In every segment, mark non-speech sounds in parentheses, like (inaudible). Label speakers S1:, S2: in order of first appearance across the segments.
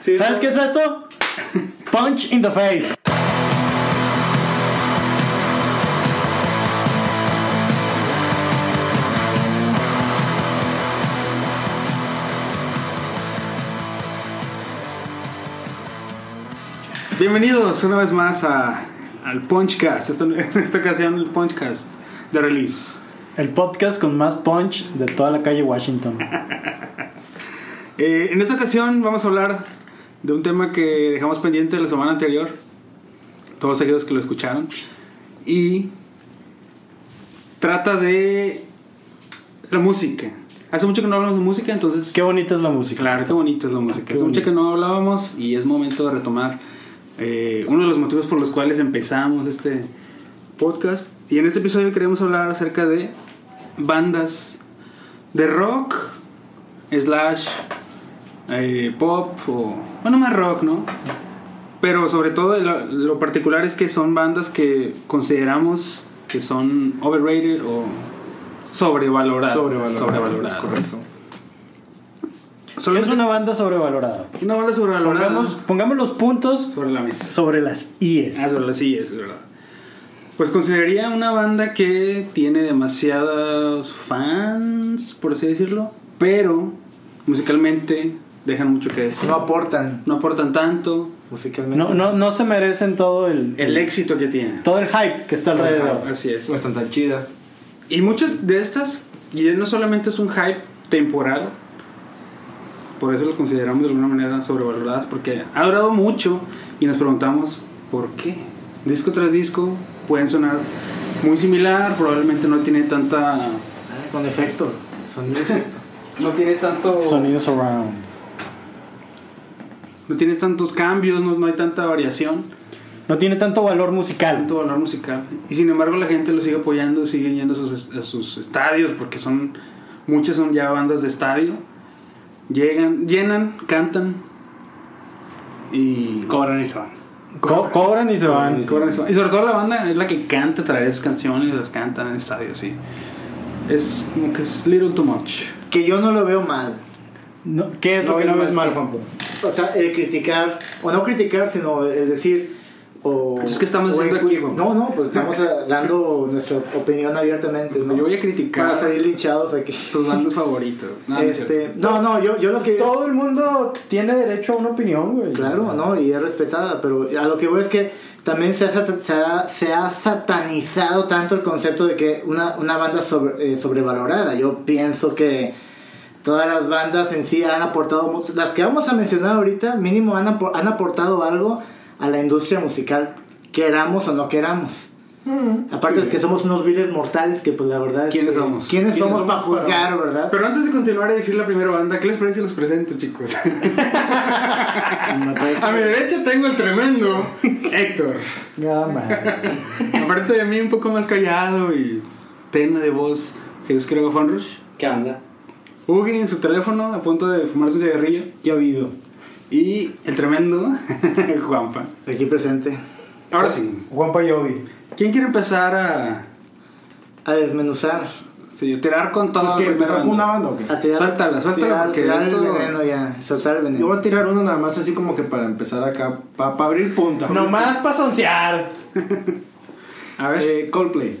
S1: Sí,
S2: ¿Sabes
S1: no.
S2: qué es esto? Punch in the face.
S1: Bienvenidos una vez más a, al Punchcast. Esta, (laughs) en esta ocasión, el Punchcast de release.
S2: El podcast con más punch de toda la calle Washington.
S1: Eh, en esta ocasión, vamos a hablar de un tema que dejamos pendiente la semana anterior. Todos aquellos que lo escucharon. Y trata de la música. Hace mucho que no hablamos de música, entonces.
S2: Qué bonita es la música.
S1: Claro, qué bonito es la música.
S2: Qué
S1: Hace mucho
S2: bonito.
S1: que no hablábamos y es momento de retomar eh, uno de los motivos por los cuales empezamos este podcast. Y en este episodio queremos hablar acerca de bandas de rock, slash, eh, pop, o bueno, más rock, ¿no? Pero sobre todo lo, lo particular es que son bandas que consideramos que son overrated o sobrevaloradas.
S3: Sobrevalorado.
S1: Sobrevaloradas.
S3: es correcto.
S2: ¿Qué
S1: Solamente-
S2: es una banda sobrevalorada?
S1: una banda sobrevalorada.
S2: Pongamos, pongamos los puntos
S1: Sobre la mesa.
S2: sobre las IES.
S1: Ah, sobre las sillas, es verdad. Pues consideraría una banda que tiene demasiados fans, por así decirlo, pero musicalmente dejan mucho que decir.
S3: No aportan
S1: No aportan tanto
S3: musicalmente.
S2: No, no, no se merecen todo el,
S1: el éxito que tienen.
S2: todo el hype que está alrededor.
S1: Así es.
S3: No están tan chidas.
S1: Y muchas de estas, y no solamente es un hype temporal, por eso lo consideramos de alguna manera sobrevaloradas, porque ha durado mucho y nos preguntamos por qué. Disco tras disco pueden sonar muy similar, probablemente no tiene tanta.
S3: Con efecto. Sonido (laughs) efecto.
S1: No tiene tanto.
S2: Sonidos around.
S1: No tiene tantos cambios, no, no hay tanta variación,
S2: No tiene tanto valor musical.
S1: tanto valor musical. Y sin embargo, la gente lo sigue apoyando, sigue yendo a sus, a sus estadios, porque son. Muchas son ya bandas de estadio. Llegan, llenan, cantan. Y
S4: Cobran y se van.
S2: Co- cobran y se van.
S1: Cobran eso. Y sobre todo la banda es la que canta, trae esas canciones, las cantan en estadios, sí. Es como que es little too much.
S3: Que yo no lo veo mal.
S2: No, ¿Qué es lo
S3: No,
S2: que no
S3: no,
S2: ves
S3: no.
S2: mal, Juanpo?
S3: O sea, el criticar, o no criticar, sino el decir. O,
S1: Pues es que estamos
S3: o el
S1: haciendo
S3: cu-
S1: aquí, güey.
S3: No, no, pues estamos ah, dando nuestra opinión abiertamente. ¿no?
S1: Yo voy a
S3: Para
S1: criticar
S3: salir linchados aquí.
S1: tus
S3: (laughs)
S1: bandas favoritos. No, no es
S3: este,
S1: cierto.
S3: no, no, yo, yo lo que.
S2: Todo el mundo tiene derecho a una opinión, güey.
S3: Claro, no, y es respetada, pero a lo que voy es que también se ha, sata- se ha- se ha satanizado tanto el concepto de que una, una banda sobre- eh, sobrevalorada. Yo pienso que todas las bandas en sí han aportado, mu- las que vamos a mencionar ahorita, mínimo han, apo- han aportado algo a la industria musical, queramos o no queramos. Aparte de que somos unos viles mortales que pues la verdad es
S1: ¿Quiénes
S3: que-
S1: somos?
S3: ¿Quiénes,
S1: ¿Quiénes
S3: somos,
S1: somos
S3: para
S1: (laughs)
S3: juzgar, verdad?
S1: Pero antes de continuar a decir la primera banda, ¿qué les parece si los presento, chicos?
S3: Me parece-
S1: a mi derecha tengo el tremendo Héctor.
S2: Nada más.
S1: Aparte de mí, un poco más callado y tema de voz, Jesús Quiroga Fonrush.
S4: ¿Qué onda?
S1: Ugi en su teléfono a punto de fumarse un cigarrillo.
S2: ¿Qué ha habido?
S1: Y el tremendo (laughs) Juanpa.
S3: Aquí presente.
S2: Pues,
S1: Ahora sí,
S2: Juan Payovi.
S1: ¿Quién quiere empezar a,
S3: A desmenuzar.
S1: sí, a tirar con todo?
S5: Pues que
S1: la primera
S5: empezar con una
S1: banda?
S5: banda o qué?
S3: A tirar,
S1: Suéltala, suéltala,
S3: tirar-
S1: porque
S3: tirar
S1: esto-
S3: el veneno ya, soltar el
S5: Yo
S3: veneno.
S5: voy a tirar uno nada más así como que para empezar acá, para abrir punta.
S2: Nomás para soncear.
S1: A ver,
S5: Eh, Coldplay.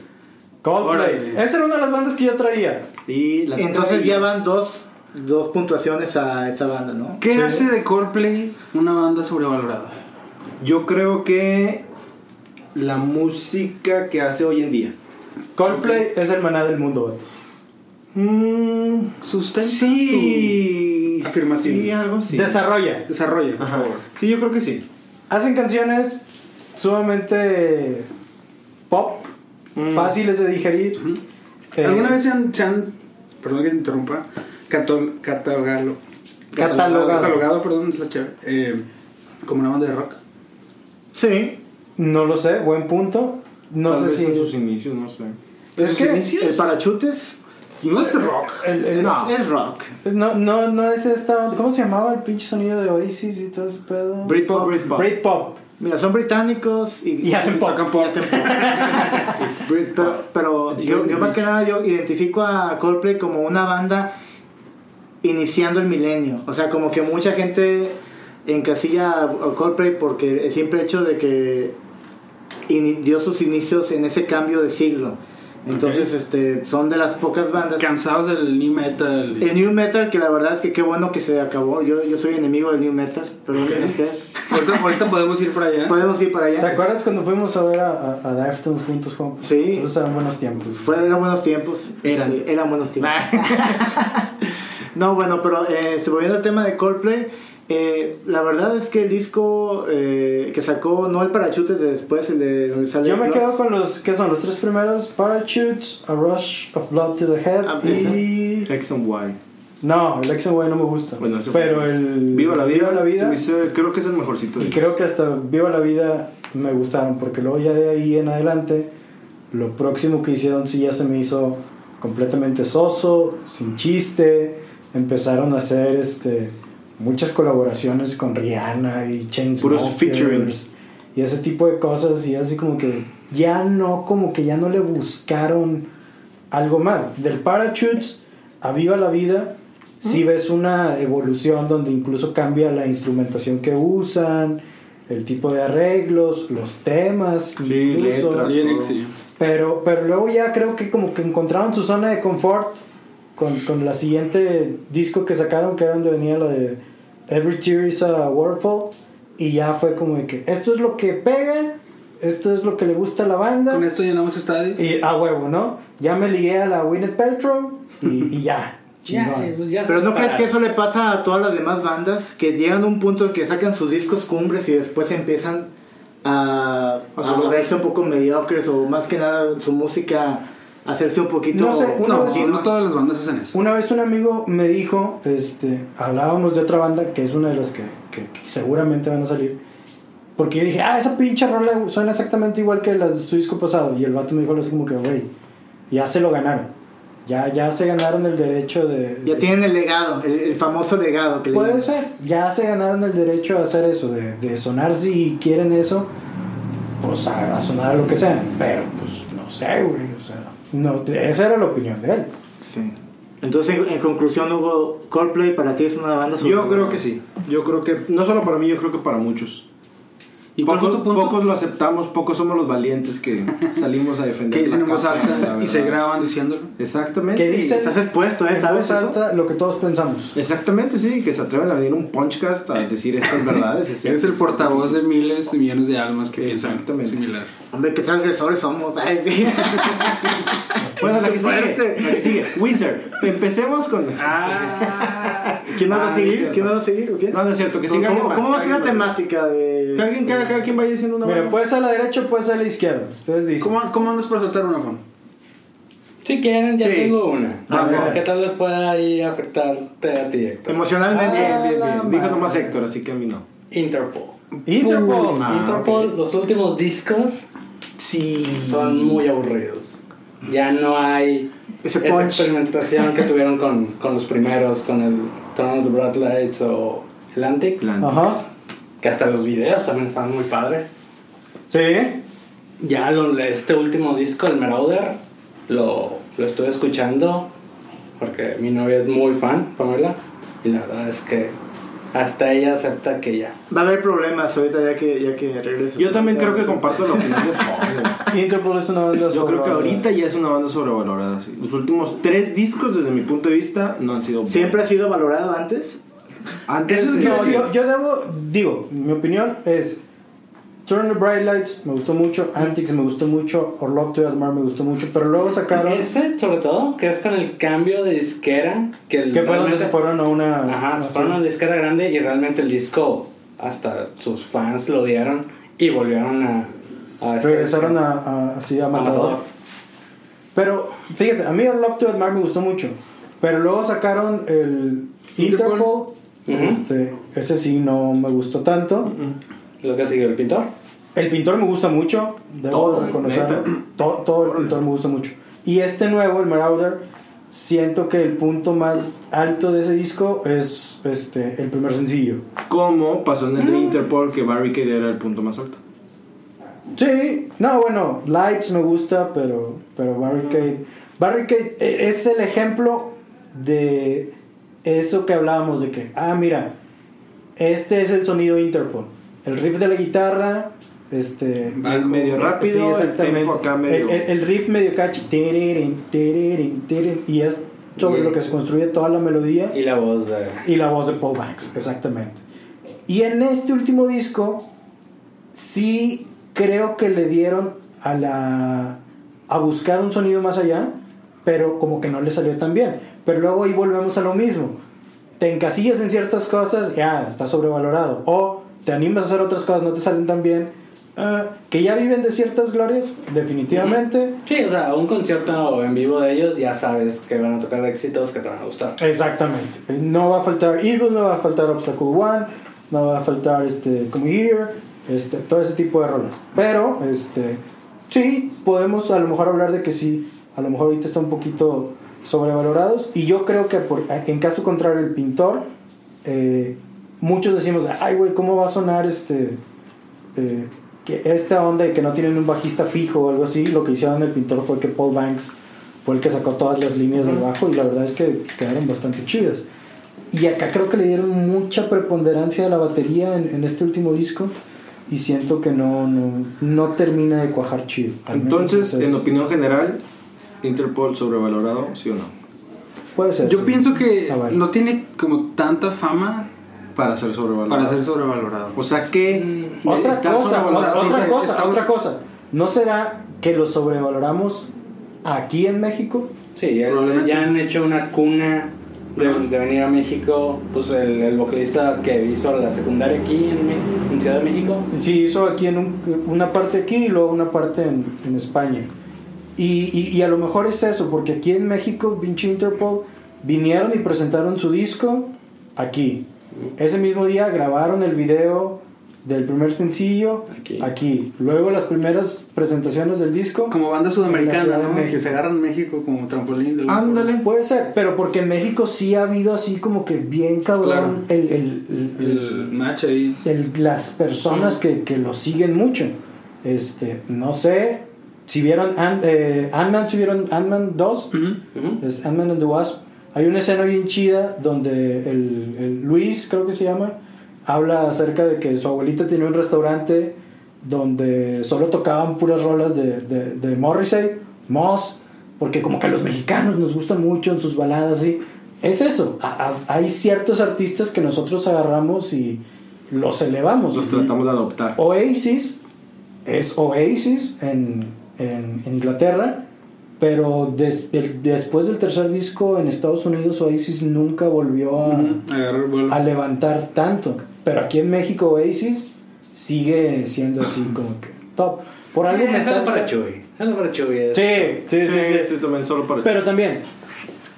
S2: Coldplay.
S1: Órale.
S2: Esa era una de las bandas que yo traía.
S5: Y la
S3: Entonces ya van dos, dos puntuaciones a esta banda, ¿no?
S1: ¿qué hace de Coldplay una banda sobrevalorada?
S5: Yo creo que la música que hace hoy en día.
S2: Coldplay es el maná del mundo, vato. Mm,
S1: Sustenta
S5: Sí.
S1: tu afirmación.
S5: Sí, algo así.
S2: Desarrolla.
S1: tu desarrollo, por
S5: Ajá.
S1: favor.
S5: Sí, yo creo que sí.
S2: Hacen canciones sumamente pop, fáciles de digerir. Eh,
S1: Mm. ¿Alguna vez se han, se han- perdón que te interrumpa, catol- catalogado,
S2: Catalogado.
S1: catalogado, perdón, es la chévere, eh, como una banda de rock?
S3: Sí.
S2: No lo sé, buen punto. No
S5: Tal
S2: sé
S5: vez
S2: si.
S5: en sus inicios, no sé.
S2: Es
S1: ¿Sus
S2: que.
S1: inicios?
S3: El parachutes
S1: No es rock.
S2: el- el-
S5: No.
S3: es rock.
S2: No, no, no es esta. ¿Cómo se llamaba el pinche sonido de Oasis y todo ese pedo?
S5: Britpop, Britpop.
S2: Britpop.
S3: Mira, son británicos y,
S2: Y hacen pop.
S3: y hacen pop.
S5: It's Britpop.
S3: Pero, pero yo, yo más que nada yo identifico a Coldplay como una banda iniciando el milenio. O sea, como que mucha gente encasilla a Coldplay porque el simple hecho de que ini- dio sus inicios en ese cambio de siglo. Entonces, este, son de las pocas bandas.
S1: Cansados del new metal.
S3: El New Metal, que la verdad es que qué bueno que se acabó. Yo, yo soy enemigo del New Metal, pero
S1: Ok.
S3: ustedes.
S1: Ahorita, ahorita podemos ir para allá.
S3: Podemos ir para
S2: ¿Te
S3: allá.
S2: acuerdas cuando fuimos a ver a, a, a Deftones juntos, Juan?
S3: Sí.
S2: Esos eran buenos tiempos.
S3: Fueron eran buenos tiempos.
S5: Eran.
S3: Este, eran buenos tiempos. (laughs) no, bueno, pero eh, este, volviendo al tema de Coldplay, eh, la verdad es que el disco eh, que sacó, no el parachutes de después, el de donde sale
S2: Yo me
S3: Blocks.
S2: quedo con los, ¿qué son? Los tres primeros, Parachutes, A Rush of Blood to the Head
S3: Ah,
S2: y...
S5: Exxon Y.
S2: No, el Exxon Way no me gusta.
S5: Bueno, ese
S2: pero
S5: fue-
S2: el...
S5: Viva la vida.
S2: Viva la
S5: se
S2: vida.
S5: me hizo- creo que es el mejorcito.
S2: Y
S5: de-
S2: creo que hasta Viva la vida me gustaron, porque luego ya de ahí en adelante, lo próximo que hicieron sí ya se me hizo completamente soso, sin chiste. Empezaron a hacer este muchas colaboraciones con Rihanna y Chains
S5: Puros featuring.
S2: y ese tipo de cosas y así como que ya no como que ya no le buscaron algo más del parachutes a viva la vida si ves una evolución donde incluso cambia la instrumentación que usan el tipo de arreglos los temas
S5: Sí,
S2: incluso.
S5: letras.
S1: Bien, sí.
S2: pero pero luego ya creo que como que encontraron su zona de confort con, con la siguiente disco que sacaron que era donde venía la de Every Tear is a Waterfall y ya fue como de que esto es lo que pega esto es lo que le gusta a la banda
S1: Con esto llenamos estadios.
S2: y a huevo, ¿no? Ya me ligué a la Winnet Paltrow y, y ya.
S4: (laughs) Ya, eh,
S2: Chingón.
S4: pues ya
S3: Pero
S4: se-
S3: ¿no crees que eso le pasa a todas las demás bandas? Que llegan a un punto en que sacan sus discos cumbres y después empiezan a,
S5: A
S3: a volverse un poco mediocres o más que nada su música hacerse un poquito...
S2: No sé,
S1: No,
S2: una vez-
S1: no,
S3: continua.
S1: no todas las bandas hacen eso.
S2: Una vez un amigo me dijo, este, hablábamos de otra banda que es una de las que, que- que seguramente van a salir. Porque yo dije, ah, esa pinche rola suena exactamente igual que las de su disco pasado. Y el vato me dijo algo así como que, güey, ya se lo ganaron. Ya, ya se ganaron el derecho de...
S3: Ya tienen el legado, el, el famoso legado que le
S2: Puede
S3: llaman.
S2: ser, ya se ganaron el derecho a hacer eso, de, de sonar si quieren eso, pues a, a sonar a lo que sea, pero pues no sé, güey, o sea, no, esa era la opinión de él.
S3: Sí. Entonces, en, en conclusión, Hugo, Coldplay para ti es una banda
S5: Yo creo que sí. Yo creo que, no solo para mí, yo creo que para muchos.
S1: ¿Y cuál fue
S5: pocos,
S1: tu punto?
S5: pocos lo aceptamos, pocos somos los valientes que salimos a defender.
S1: que dicen
S5: la
S1: en voz
S5: causa, la
S1: alta
S5: verdad.
S1: y se graban diciéndolo.
S5: Exactamente.
S2: ¿Qué dicen?
S3: Estás expuesto, ¿eh?
S2: En voz
S3: ¿Sabes eso?
S2: alta, lo que todos pensamos.
S5: Exactamente, sí, que se atreven a venir a un punchcast a decir estas verdades. Es-
S1: Eres
S5: es-
S1: el
S5: es
S1: portavoz
S5: difícil.
S1: de miles y millones de almas que piensan
S5: Exactamente.
S1: similar.
S3: Hombre, qué transgresores somos. Ay, (laughs) sí.
S5: Bueno, la que
S3: Fuerte.
S5: sigue. La que sigue. Wizard. Empecemos con.
S1: Ah.
S3: ¿Quién más va a
S5: Ah,
S3: seguir?
S5: cierto.
S3: ¿Quién más va a seguir? ¿O qué?
S5: No, no es cierto, que siga.
S3: ¿Cómo,
S5: alguien
S3: ¿Cómo va
S5: más,
S3: a ser la
S5: alguien más.
S3: temática de...?
S5: Cada quien, cada, cada quien vaya diciendo una
S2: Mira,
S5: banda.
S2: puedes a la derecha, puedes a la izquierda, ustedes dicen.
S1: ¿Cómo, ¿Cómo andas para soltar una foto?
S4: Si quieren, ya
S5: Sí. Ah,
S4: tengo una.
S5: A ver.
S4: ¿Qué tal les pueda ahí afectarte a ti, Héctor?
S3: Emocionalmente.
S5: Bien, bien,
S2: A la
S5: bien. Dijo
S2: madre.
S5: nomás Héctor, así que a mí no.
S4: Interpol.
S2: Interpol.
S5: Ah,
S4: Interpol,
S5: ok.
S4: los últimos discos
S5: Sí.
S4: son muy aburridos. Ya no hay
S3: Ese
S4: esa
S3: punch.
S4: experimentación que tuvieron con, con los primeros, con el Turn of the Bright Lights o Atlantic.
S2: Ajá.
S4: Que hasta los videos también estaban muy padres.
S2: Sí.
S4: Ya lo- este último disco, el Marauder, lo, lo estuve escuchando porque mi novia es muy fan, Pamela, y la verdad es que hasta ella acepta que ya.
S3: Va a haber problemas ahorita ya que, ya que regreso.
S5: Yo también creo que comparto la opinión de Fon, güey.
S2: Interpol es una banda
S5: Yo creo que
S2: sobrevalorada.
S5: ahorita ya es una banda sobrevalorada. sí. Los últimos tres discos, desde mi punto de vista, no han sido buenos.
S3: ¿Siempre ha sido valorado antes?
S5: Antes
S1: Eso es lo que
S5: eh,
S2: No,
S1: Sí.
S2: yo, yo debo, digo, mi opinión es Turn the Bright Lights me gustó mucho, Antics me gustó mucho, Or Love to Admire me gustó mucho, pero luego sacaron
S4: Ese, sobre todo, que es con el cambio de disquera. Que el-
S2: que fue donde
S4: realmente-
S2: se Ah, fueron a una
S4: Ajá,
S2: a-
S4: se fueron a una disquera grande y realmente el disco, hasta sus fans lo odiaron y volvieron a. a este-
S2: regresaron a, a- así a
S4: a Matador.
S2: Matador. Pero fíjate, a mí Or Love to Admire me gustó mucho, pero luego sacaron el Interpol,
S1: Interpol.
S4: Ujú.
S2: este, ese sí no me gustó tanto.
S4: Lo que siguió el pintor.
S2: El pintor me gusta mucho, debo
S4: Todo,
S2: de reconocerlo.
S5: neta.
S2: Todo, todo el pintor me gusta mucho. Y este nuevo, el Marauder, siento que el punto más alto de ese disco es este, el primer sencillo.
S5: Como pasó en
S2: Mm.
S5: el de Interpol, que Barricade era el punto más alto.
S2: Sí, no, bueno, Lights me gusta, pero, pero Barricade. Barricade eh, es el ejemplo de eso que hablábamos de que, ah, mira, Este es el sonido Interpol. El riff de la guitarra, este...
S1: Bajo.
S5: medio rápido,
S2: Sí,
S5: el
S2: exactamente.
S5: tempo acá medio.
S2: El, el- el riff medio catchy. Tiririn, tiririn, tiririn, y es sobre lo que se construye toda la melodía
S4: Y la voz de.
S2: y la voz de Paul Banks, exactamente. Y en este último disco, sí creo que le dieron a la a buscar un sonido más allá, pero como que no le salió tan bien. Pero luego ahí volvemos a lo mismo. Te encasillas en ciertas cosas, ya, está sobrevalorado. O te animas a hacer otras cosas, no te salen tan bien. Ah, que ya viven de ciertas glorias, definitivamente.
S4: Sí, o sea, un concierto en vivo de ellos ya sabes que van a tocar éxitos que te van a gustar.
S2: Exactamente. No va a faltar Evil, no va a faltar Obstacle One, no va a faltar este Come Here, este, todo ese tipo de rolas. Pero, este, sí, podemos a lo mejor hablar de que sí, a lo mejor ahorita está un poquito sobrevalorados. Y yo creo que por- en caso contrario, el pintor, eh, muchos decimos, ay, güey, ¿cómo va a sonar este? eh, que esta onda de que no tienen un bajista fijo o algo así, lo que hicieron el pintor fue que Paul Banks fue el que sacó todas las líneas del bajo y la verdad es que quedaron bastante chidas. Y acá creo que le dieron mucha preponderancia a la batería en, en este último disco y siento que no, no, no termina de cuajar chido. Al menos
S5: Entonces,
S2: eso es-
S5: en opinión general, Interpol sobrevalorado, ¿sí o no?
S2: puede ser.
S1: Yo
S2: sí.
S1: pienso que
S2: Ah, vale.
S1: no tiene como tanta fama
S5: Para ser sobrevalorado.
S1: para ser sobrevalorado.
S5: O sea que.
S2: Mm. Otra
S5: está
S2: cosa,
S5: sobrevalorado.
S2: otra, otra
S5: Está-
S2: cosa, otra cosa. ¿No será que lo sobrevaloramos aquí en México?
S4: Sí, ya,
S1: Probablemente.
S4: ya han hecho una cuna de,
S1: Ajá.
S4: de venir a México. Pues el, el vocalista que hizo la secundaria aquí en, Me- en Ciudad de México.
S2: Sí, hizo aquí en un- una parte aquí y luego una parte en, en España. Y, y- y a lo mejor es eso, porque aquí en México, Vinci e Interpol vinieron y presentaron su disco aquí. Ese mismo día grabaron el video del primer sencillo
S4: Aquí.
S2: aquí. Luego las primeras presentaciones del disco.
S1: Como banda
S2: En la
S1: sudamericana,
S2: Ciudad de
S1: ¿no?
S2: México.
S1: Que se agarran México como trampolín. de la-
S5: Ándale.
S2: Puede ser, pero porque en México sí ha habido así como que bien cabrón el- el- el,
S1: El Nacho ahí.
S2: el- las personas que, que lo siguen mucho. Este, no sé si vieron Ant- eh, Ant-Man, si vieron Ant-Man 2,
S1: Ujú.
S4: Ujú.
S2: es Ant-Man and the Wasp. Hay una escena bien chida donde el, el Luis, creo que se llama, habla acerca de que su abuelita tenía un restaurante donde solo tocaban puras rolas de, de, de Morrissey, Moss, porque como que a los mexicanos nos gustan mucho en sus baladas y es eso. A- a- hay ciertos artistas que nosotros agarramos y los elevamos.
S5: Los tratamos de adoptar.
S2: Oasis es Oasis en, en- en Inglaterra, pero des- el- después del tercer disco en Estados Unidos Oasis nunca volvió a,
S1: Ujú. Agarrar vuelo.
S2: a levantar tanto. Pero aquí en México Oasis sigue siendo así como que top. Por algo
S4: Eh,
S2: Metallica-
S4: Solo para Chuy. Solo para Chuy. es-
S2: Sí, sí, sí, sí.
S5: también solo para
S2: Pero también,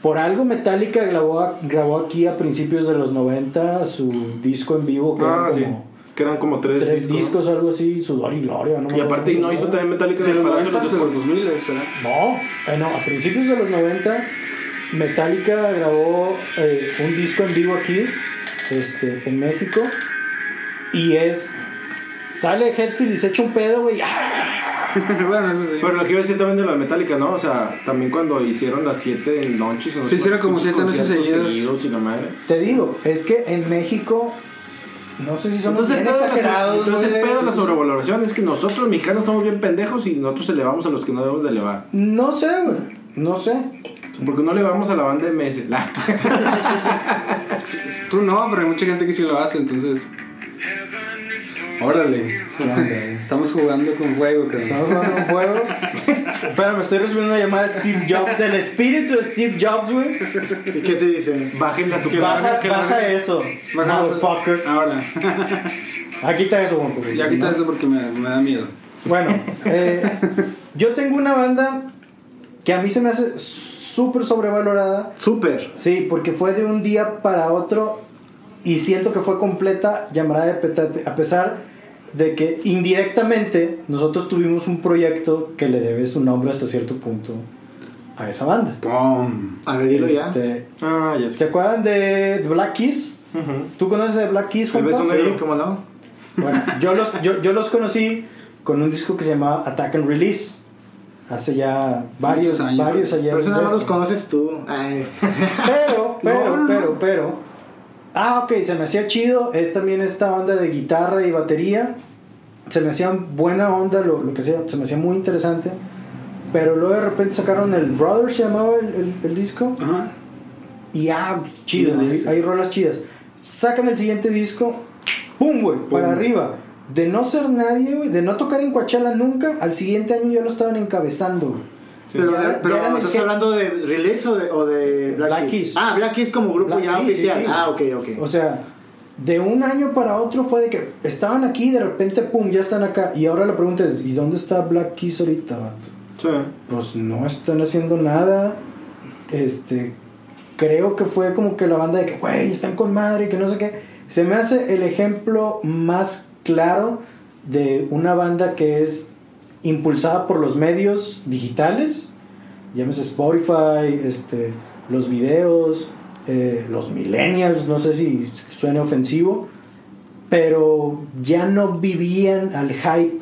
S2: por algo Metallica grabó, a- grabó aquí a principios de los 90 su disco en vivo que
S5: Ah,
S2: era
S5: sí.
S2: como
S5: Que eran como tres,
S2: tres
S5: discos.
S2: discos o algo así, Sudor y Gloria. No me
S5: Y
S2: acuerdo
S5: aparte,
S2: cómo
S5: no
S2: se
S5: hizo
S2: llama.
S5: también Metallica
S1: De los
S5: para hacer
S1: 90
S5: los
S1: de los
S5: discos.
S1: 2000, ¿será?
S2: No, eh, no, a principios de los 90 Metallica grabó eh, un disco en vivo aquí, este, en México, y es... Sale Hetfield y se echa un pedo, güey. ¡ah!
S1: (laughs) bueno, eso sí.
S5: Pero lo que iba a decir también de los Metallica, ¿no? O sea, también cuando hicieron las 7 noches. o no
S1: Sí,
S5: sé
S1: hicieron
S5: cuántos
S1: como siete
S5: conciertos
S1: noches seguidas.
S5: seguidos y la madre.
S2: Te digo, es que en México, no sé si somos
S5: Entonces, el
S2: bien
S5: pedo de la-
S2: exagerados.
S5: entonces el
S2: güey.
S5: pedo de la sobrevaloración es que nosotros los mexicanos estamos bien pendejos y nosotros elevamos a los que no debemos de elevar.
S2: No sé, güey. No sé.
S5: Porque no elevamos a la banda de MS. La-
S1: Tú no, pero hay mucha gente que sí lo hace, entonces. Órale.
S2: ¿Qué onda, güey?
S1: Estamos jugando con fuego, cabrón.
S2: Estamos jugando un juego. Pero me estoy recibiendo una llamada de Steve Jobs, del espíritu de Steve Jobs, güey.
S3: ¿Y qué te dicen?
S5: Bájenle a su
S2: Baja,
S1: que
S2: baja
S1: baje.
S2: eso.
S1: Baja eso.
S2: Motherfucker.
S1: Ahora, (laughs)
S2: Ah, quita eso, Juan. porque
S1: ya
S2: si
S1: quita
S2: no-
S1: eso porque me, me da miedo.
S2: Bueno, eh, yo tengo una banda que a mí se me hace súper sobrevalorada.
S3: Súper.
S2: Sí, porque fue de un día para otro y siento que fue completa llamada de petate, a pesar de que indirectamente nosotros tuvimos un proyecto que le debe su nombre hasta cierto punto a esa banda.
S1: ¡Pum!
S3: A ver, dilo ya.
S2: Este,
S5: (laughs) Ah, ya
S2: ¿Se
S5: sé.
S2: acuerdan de The Black Keys?
S5: Ujú.
S2: ¿Tú conoces de Black Keys,
S5: El
S2: Juanpa?
S5: beso negro.
S3: Sí, ¿cómo no?
S2: Bueno, yo los, yo, yo los conocí con un disco que se llamaba Attack and Release. Hace ya varios,
S1: Muchos años.
S2: varios ayer.
S3: Pero eso nada más los conoces tú. Ay.
S2: Pero, pero, pero, pero, Ah, ok, se me hacía chido. Es también esta onda de guitarra y batería. Se me hacía buena onda lo, lo que sea, se me hacía muy interesante. Pero luego de repente sacaron el Brother, se llamaba el, el- el disco.
S1: Ajá.
S2: Y ah, chido,
S1: Y lo
S2: hay,
S1: dice.
S2: hay rolas chidas. Sacan el siguiente disco, ¡pum, güey! Para arriba. De no ser nadie, güey, de no tocar en Coachella nunca, al siguiente año ya lo estaban encabezando, güey.
S3: Pero,
S2: Ya- ya
S3: pero
S2: eran el
S3: ¿estás
S2: gen-
S3: hablando de Release o de, o de Black,
S2: Black
S3: Keys?
S2: Keys.
S3: Ah, Black Keys como grupo
S2: Black-
S3: ya
S2: sí, sí,
S3: oficial.
S2: sí.
S3: Ah, ok, ok.
S2: O sea, de un año para otro fue de que estaban aquí y de repente, pum, ya están acá. Y ahora la pregunta es, ¿y dónde está Black Keys ahorita, vato?
S5: Sí.
S2: Pues no están haciendo nada. Este, creo que fue como que la banda de que, güey, están con madre, que no sé qué. Se me hace el ejemplo más claro de una banda que es impulsada por los medios digitales, llámese Spotify, este, los videos, eh, los millennials, no sé si suena ofensivo, pero ya no vivían al hype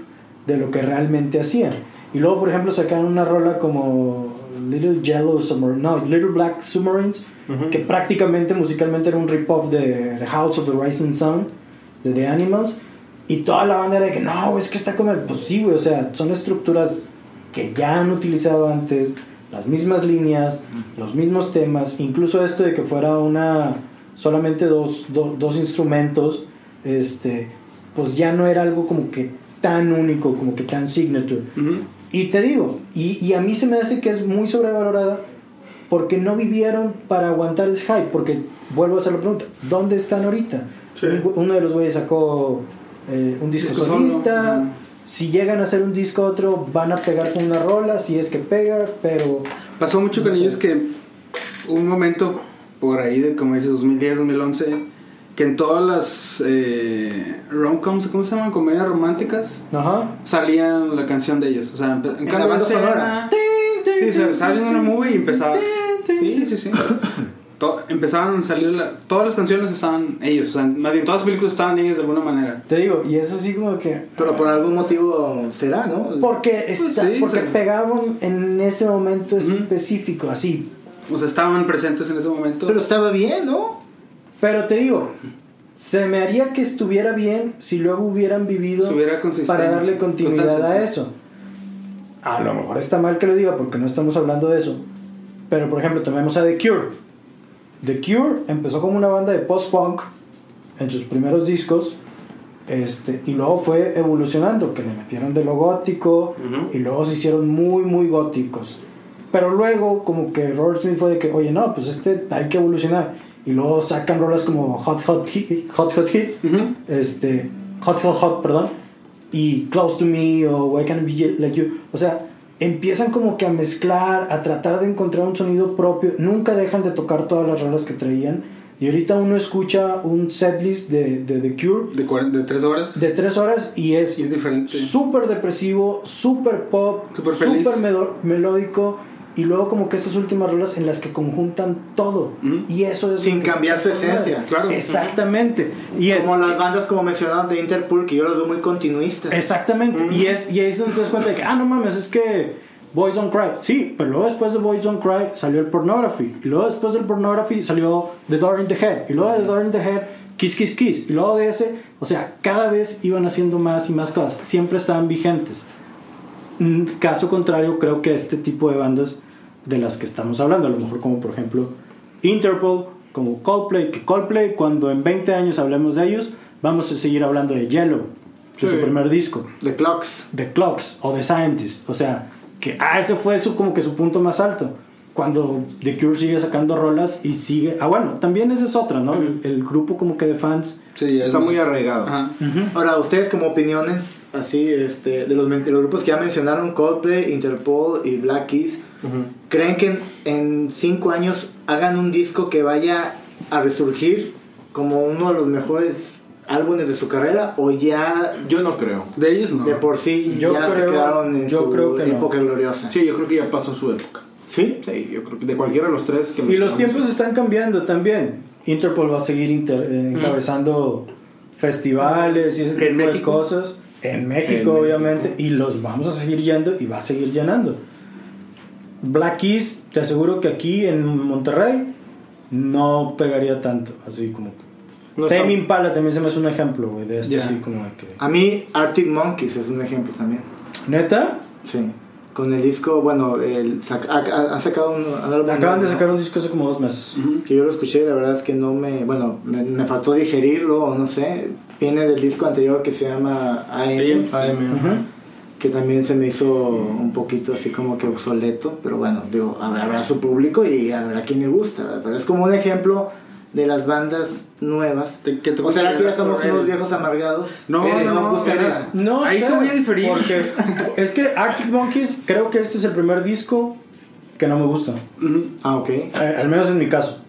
S2: de lo que realmente hacían. Y luego, por ejemplo, sacaron una rola como Little Yellow Submarine, no, Little Black Submarines, que prácticamente musicalmente era un rip-off de The House of the Rising Sun, de The Animals, y toda la banda era de que no, es que está como el pues sí, güey, o sea, son estructuras que ya han utilizado antes, las mismas líneas, los mismos temas, incluso esto de que fuera una solamente dos, do- dos instrumentos, este, pues ya no era algo como que tan único, como que tan signature.
S1: Ujú.
S2: Y te digo, y, y a mí se me hace que es muy sobrevalorada porque no vivieron para aguantar ese hype. Porque vuelvo a hacer la pregunta: ¿dónde están ahorita?
S5: Sí.
S2: Un güe- Uno de los güeyes sacó eh, un disco,
S1: Disco solo,
S2: solista.
S1: ajá.
S2: Si llegan a hacer un disco otro, van a pegar con una rola, si es que pega, pero.
S1: Pasó mucho con ellos que un momento por ahí de como dices 2010, 2011, que en todas las eh, rom-coms, ¿cómo se llaman? Comedias románticas,
S2: Ajá.
S1: salían la canción de ellos. O sea, empe- en
S3: la
S1: cada
S3: banda
S1: escena-
S3: sonora.
S1: Sí, se salía en una movie y empezaba. Sí, sí, sí. To- empezaban a salir la- todas las canciones estaban ellos, o sea, más bien todas las películas estaban ellos de alguna manera.
S2: Te digo, y es así como que.
S3: Pero por algún motivo será, ¿no?
S2: Porque, está-
S1: Pues sí,
S2: porque
S1: sí.
S2: pegaban en ese momento
S1: Ujú.
S2: específico, así,
S1: O sea, estaban presentes en ese momento.
S3: Pero estaba bien, ¿no?
S2: Pero te digo, se me haría que estuviera bien si luego hubieran vivido
S1: Si hubiera consistencia.
S2: para darle continuidad
S1: Constancia,
S2: a
S1: sí.
S2: eso. A lo mejor está mal que lo diga porque no estamos hablando de eso. Pero por ejemplo, tomemos a The Cure. The Cure empezó como una banda de post-punk en sus primeros discos. Este, y luego fue evolucionando, que le metieron de lo gótico
S4: Ujú.
S2: y luego se hicieron muy, muy góticos. Pero luego, como que Robert Smith fue de que, oye, no, pues este hay que evolucionar. Y luego sacan rolas como Hot Hot Hit, Hot Hot Hit,
S1: Ujú.
S2: este, Hot Hot Hot, perdón, y Close to Me o Why Can't I Be Like You. O sea, empiezan como que a mezclar, a tratar de encontrar un sonido propio. Nunca dejan de tocar todas las rolas que traían. Y ahorita uno escucha un setlist de, de The Cure
S1: de, cuaren- de tres horas.
S2: de tres horas y es
S1: y es diferente.
S2: súper depresivo, súper pop,
S1: Súper feliz.
S2: súper melo- melódico. Y luego como que estas últimas rolas en las que conjuntan todo.
S1: Ujú.
S2: Y eso es... lo
S3: Sin
S2: que se
S3: cambiar su
S2: está tomando.
S3: esencia.
S1: Claro.
S2: Exactamente. Y es...
S3: Como las bandas como mencionaban de Interpol, que yo los veo muy continuistas.
S2: Exactamente. Y, es, y ahí es donde te das cuenta de que, ah, no mames, es que Boys Don't Cry. Sí, pero luego después de Boys Don't Cry salió el Pornography. Y luego después del Pornography salió The Door in the Head. Y luego de The Door in the Head, Kiss Kiss Kiss. Y luego de ese, o sea, cada vez iban haciendo más y más cosas. Siempre estaban vigentes. Mm, Caso contrario, creo que este tipo de bandas de las que estamos hablando, a lo mejor como por ejemplo Interpol, como Coldplay, que Coldplay, cuando en 20 años hablemos de ellos, vamos a seguir hablando de Yellow, de su
S5: Sí.
S2: primer disco,
S3: The Clocks.
S2: de Clocks o de Scientist. O sea, que ah, ese fue su, como que su punto más alto. Cuando The Cure sigue sacando rolas y sigue. Ah, bueno, también esa es otra, ¿no? El- El grupo como que de fans.
S1: Sí, ya es
S5: Está muy
S1: más-
S5: arraigado.
S1: Ajá.
S3: Ahora, ustedes como opiniones, así, este, de los, men- de los grupos que ya mencionaron, Coldplay, Interpol y Black Keys, ¿creen que en, en cinco años hagan un disco que vaya a resurgir como uno de los mejores álbumes de su carrera? ¿O ya
S5: Yo no creo.
S1: De ellos no.
S3: de por sí
S2: Yo
S3: ya
S2: creo-
S3: se quedaron en
S2: yo
S3: su
S2: creo que no.
S3: época gloriosa?
S5: Sí, yo creo que ya pasó su época.
S3: ¿Sí?
S5: Sí, yo creo que de cualquiera de los tres que
S2: Y los
S5: mencionamos.
S2: tiempos están cambiando también. Interpol va a seguir inter- eh, encabezando festivales y ese tipo de
S1: México?
S2: cosas. En México,
S5: En México.
S2: obviamente. Y los vamos a seguir yendo y va a seguir llenando. Black Keys, te aseguro que aquí en Monterrey no pegaría tanto. Así como que
S3: No está-
S2: Tame Impala también se me hace un ejemplo, güey, de esto
S1: Ya.
S2: así como de que...
S3: A mí Arctic Monkeys es un ejemplo también.
S2: ¿Neta?
S3: Sí. Con el disco, bueno, el, sac- ha- ha- han sacado un, un álbum
S2: Acaban de
S3: nuevo,
S2: sacar un disco hace como dos meses.
S1: Ujú.
S3: que yo lo escuché y la verdad es que no me, bueno, me, me faltó digerirlo o no sé. Viene del disco anterior que se llama AM,
S2: Ujú.
S3: que también se me hizo un poquito así como que obsoleto, pero bueno, digo, habrá, habrá su público y habrá quien le gusta, ¿verdad? pero es como un ejemplo de las bandas nuevas.
S1: ¿Te- qué te
S3: O sea, que ya
S1: consideras
S3: somos
S1: por él?
S3: unos viejos amargados.
S1: No,
S3: Que
S1: no,
S3: nos gusta
S1: eres-
S3: nada.
S2: No
S1: Ahí
S2: sé,
S1: se voy a diferir.
S2: Porque es que Arctic Monkeys, creo que este es el primer disco que no me gusta.
S1: Ujú.
S3: Ah, ok.
S2: Eh, al menos en mi caso.